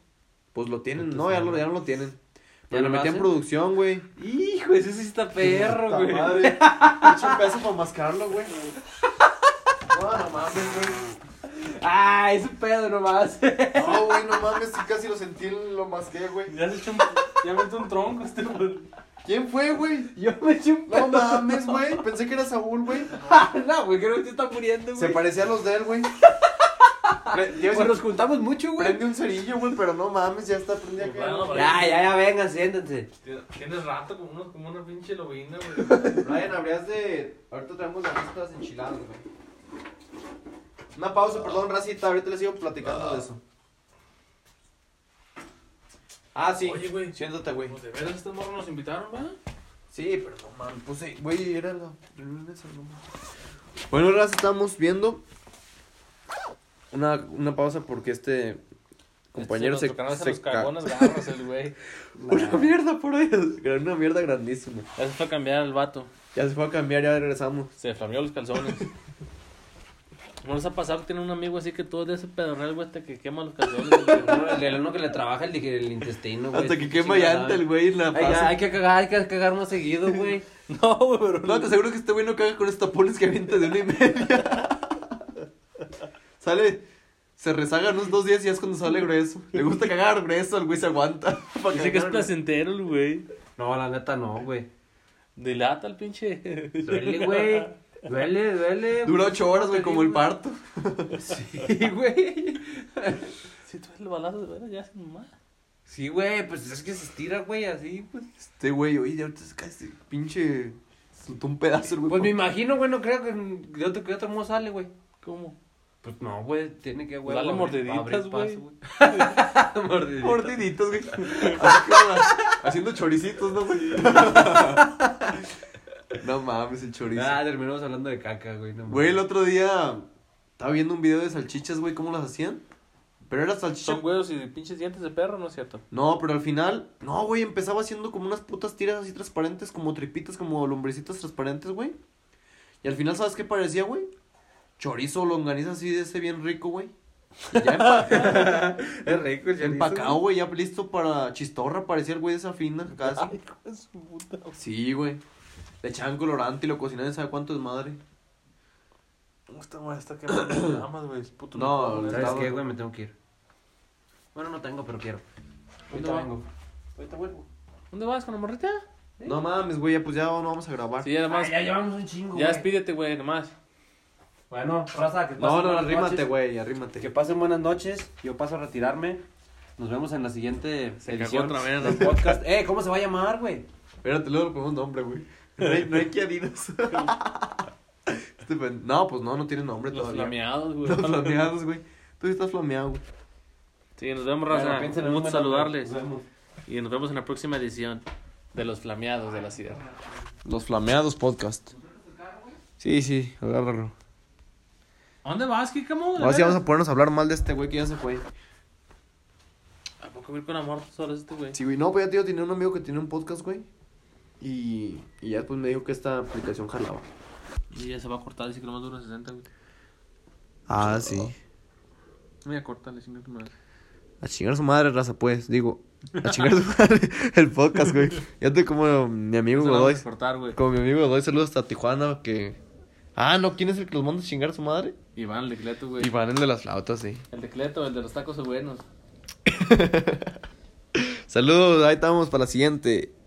Speaker 1: Pues lo tienen, no, ya lo, ya no lo tienen. Pero
Speaker 3: no
Speaker 1: lo
Speaker 3: lo
Speaker 1: metí en
Speaker 3: hacen?
Speaker 1: producción, güey.
Speaker 3: Hijo, ese sí está perro, güey.
Speaker 1: Mucho peso para mascarlo, güey. No, no mames, güey.
Speaker 3: Ah, es un pedo nomás.
Speaker 1: No, güey, no mames, sí casi lo sentí, lo masqué, güey.
Speaker 2: Ya has hecho un, ya me un tronco este
Speaker 1: ¿Quién fue, güey?
Speaker 3: Yo me eché un
Speaker 1: No mames, güey. Pensé que era Saúl, güey.
Speaker 3: No, güey, creo que te está muriendo,
Speaker 1: Se
Speaker 3: güey.
Speaker 1: parecía a los de él, güey. Pre- ya ves-
Speaker 3: Pues nos juntamos mucho, güey.
Speaker 1: Prende un cerillo, güey, pero no mames, ya está prendida acá.
Speaker 3: Ya, Ah, ya, ya, vengan, siéntense.
Speaker 2: Tienes rato como, unos, como una pinche lobina, güey.
Speaker 1: Brian, habrías de. Ahorita traemos las listas enchiladas, güey. Una pausa, perdón, racita. Ahorita les sigo platicando de eso.
Speaker 3: Ah, sí.
Speaker 2: Oye, güey.
Speaker 1: Siéntate, güey.
Speaker 2: pues, ¿De veras estos morros nos invitaron, va?
Speaker 1: Sí, pero no mames. Pues sí, güey, era la lunes o no. Bueno, ahora estamos viendo una, una pausa porque este compañero
Speaker 2: Este,
Speaker 1: se,
Speaker 2: nuestro canal
Speaker 1: se
Speaker 2: los
Speaker 1: ca-
Speaker 2: cagones garros, el güey.
Speaker 1: Una mierda por ahí, una mierda grandísima.
Speaker 2: Ya se fue a cambiar el vato.
Speaker 1: Ya se fue a cambiar, ya regresamos.
Speaker 2: Se flameó los calzones. ¿Cómo les ha pasado que tiene un amigo así que todo de ese pedorral, güey, hasta que quema los calzones? güey?
Speaker 3: El, el uno que le trabaja el, el intestino, güey.
Speaker 1: Hasta que
Speaker 3: Sí,
Speaker 1: quema
Speaker 3: chingada.
Speaker 1: llanta el güey en la
Speaker 3: Ay, ya,
Speaker 1: pasa.
Speaker 3: hay que cagar, hay que cagar más seguido, güey.
Speaker 2: No, güey, pero...
Speaker 1: No, te aseguro que este güey no caga con estos tapones que avienta de una y media. sale, se rezaga unos dos días y ya es cuando sale grueso. Le gusta cagar grueso, el güey se aguanta. pa'
Speaker 2: Dice que es
Speaker 1: cagar.
Speaker 2: placentero el güey.
Speaker 3: No, la neta no, güey.
Speaker 2: Dilata el pinche.
Speaker 3: Duele, güey. Duele, duele.
Speaker 1: Dura ocho horas, güey, como el parto.
Speaker 3: Sí, güey.
Speaker 2: Si tú el balazo de veras, ya sin más.
Speaker 3: Sí, güey, pues es que se estira, güey, así, pues.
Speaker 1: Este güey, oye, ya ahorita se cae este pinche... Soltó un pedazo el güey.
Speaker 3: Pues me imagino, güey, no creo que de otro, que otro modo sale, güey.
Speaker 2: ¿Cómo?
Speaker 3: Pues no, güey, tiene que, güey.
Speaker 2: Dale
Speaker 3: abrir-
Speaker 2: mordiditas,
Speaker 3: abrir paso,
Speaker 2: güey.
Speaker 1: por-
Speaker 3: mordiditas.
Speaker 1: Mordiditos, güey. Así que, nada, Haciendo choricitos, ¿no, güey? no mames, el chorizo.
Speaker 3: Ah, terminamos hablando de caca, güey. No,
Speaker 1: Güey, el otro día estaba viendo un video de salchichas, güey, cómo las hacían. Pero era salchicha.
Speaker 2: Son huevos y pinches dientes de perro, ¿no es cierto?
Speaker 1: No, pero al final, no, güey, empezaba haciendo como unas putas tiras así transparentes, como tripitas, como lombrecitas transparentes, güey. Y al final, ¿sabes qué parecía, güey? Chorizo longaniza así de ese bien rico, güey. Ya empa-
Speaker 3: Es rico el chorizo,
Speaker 1: empacado, güey, ya listo para chistorra, parecía el güey de esa fina, casi.
Speaker 2: hijo de su puta.
Speaker 1: Sí, güey. Le echaban colorante y lo cocinaban, ¿sabe cuánto es madre?
Speaker 2: ¿Cómo está, güey? Está quemando las ramas, güey. es Puto
Speaker 1: No,
Speaker 2: loco, güey.
Speaker 1: la-
Speaker 3: ¿Sabes qué, güey? Me tengo que ir. Bueno, no tengo, pero quiero. Ahorita
Speaker 2: va.
Speaker 3: vengo. Ahorita vuelvo.
Speaker 2: ¿Dónde vas con la morrita?
Speaker 1: No mames, güey, ya pues ya no vamos a grabar.
Speaker 2: Sí, ya
Speaker 3: Ah,
Speaker 2: nomás.
Speaker 3: ya llevamos un chingo,
Speaker 2: ya
Speaker 3: güey.
Speaker 2: despídete, güey, nomás.
Speaker 3: Bueno, raza, que
Speaker 1: No,
Speaker 3: pasen
Speaker 1: no,
Speaker 3: buenas
Speaker 1: arrímate,
Speaker 3: noches.
Speaker 1: güey, arrímate.
Speaker 3: Que pasen buenas noches. Yo paso a retirarme. Nos vemos en la siguiente
Speaker 2: Se cagó
Speaker 3: edición
Speaker 2: otra vez,
Speaker 3: del
Speaker 2: ¿no?
Speaker 3: podcast. Eh, ¿cómo se va a llamar, güey?
Speaker 1: Espérate, luego le ponemos nombre, güey. No hay, no hay que Adidas. Este pen- no, pues no, no tiene nombre
Speaker 2: Los
Speaker 1: todavía.
Speaker 2: flameados, güey.
Speaker 1: Los flameados, güey. Tú sí estás flameado, güey.
Speaker 2: Sí, nos vemos,
Speaker 3: Bueno,
Speaker 2: raza.
Speaker 3: piensen en
Speaker 2: Un
Speaker 3: un
Speaker 2: gusto
Speaker 3: buen
Speaker 2: saludarles.
Speaker 3: nombre. Nos vemos.
Speaker 2: Y nos vemos en la próxima edición de Los Flameados de la Sierra.
Speaker 1: Los flameados podcast. Sí, sí, agárralo.
Speaker 2: ¿A dónde vas, Kikamo?
Speaker 1: Ahora sí vamos a ponernos a hablar mal de este güey que ya se fue.
Speaker 2: a... ¿A poco ir con amor solo este, güey?
Speaker 1: Sí, güey. No, pues ya te digo, tenía un amigo que tiene un podcast, güey. Y, y ya después me dijo que esta aplicación jalaba.
Speaker 2: Y ya se va a cortar, dice que lo más dura 60, güey.
Speaker 1: Ah, sí.
Speaker 2: Voy a cortarle, sin tu madre.
Speaker 1: A chingar a su madre, raza, pues. Digo, a chingar a su madre el podcast, güey. Ya estoy como mi amigo
Speaker 2: Eso lo
Speaker 1: Godoy.
Speaker 2: vamos a cortar, güey.
Speaker 1: Como mi amigo doy saludos hasta Tijuana, que... Ah, no, ¿quién es el que los manda a chingar a su madre?
Speaker 2: Iván, el decleto, güey.
Speaker 1: Iván, el de las flautas, sí.
Speaker 2: El decleto, el de los tacos buenos.
Speaker 1: Saludos, ahí estamos para la siguiente.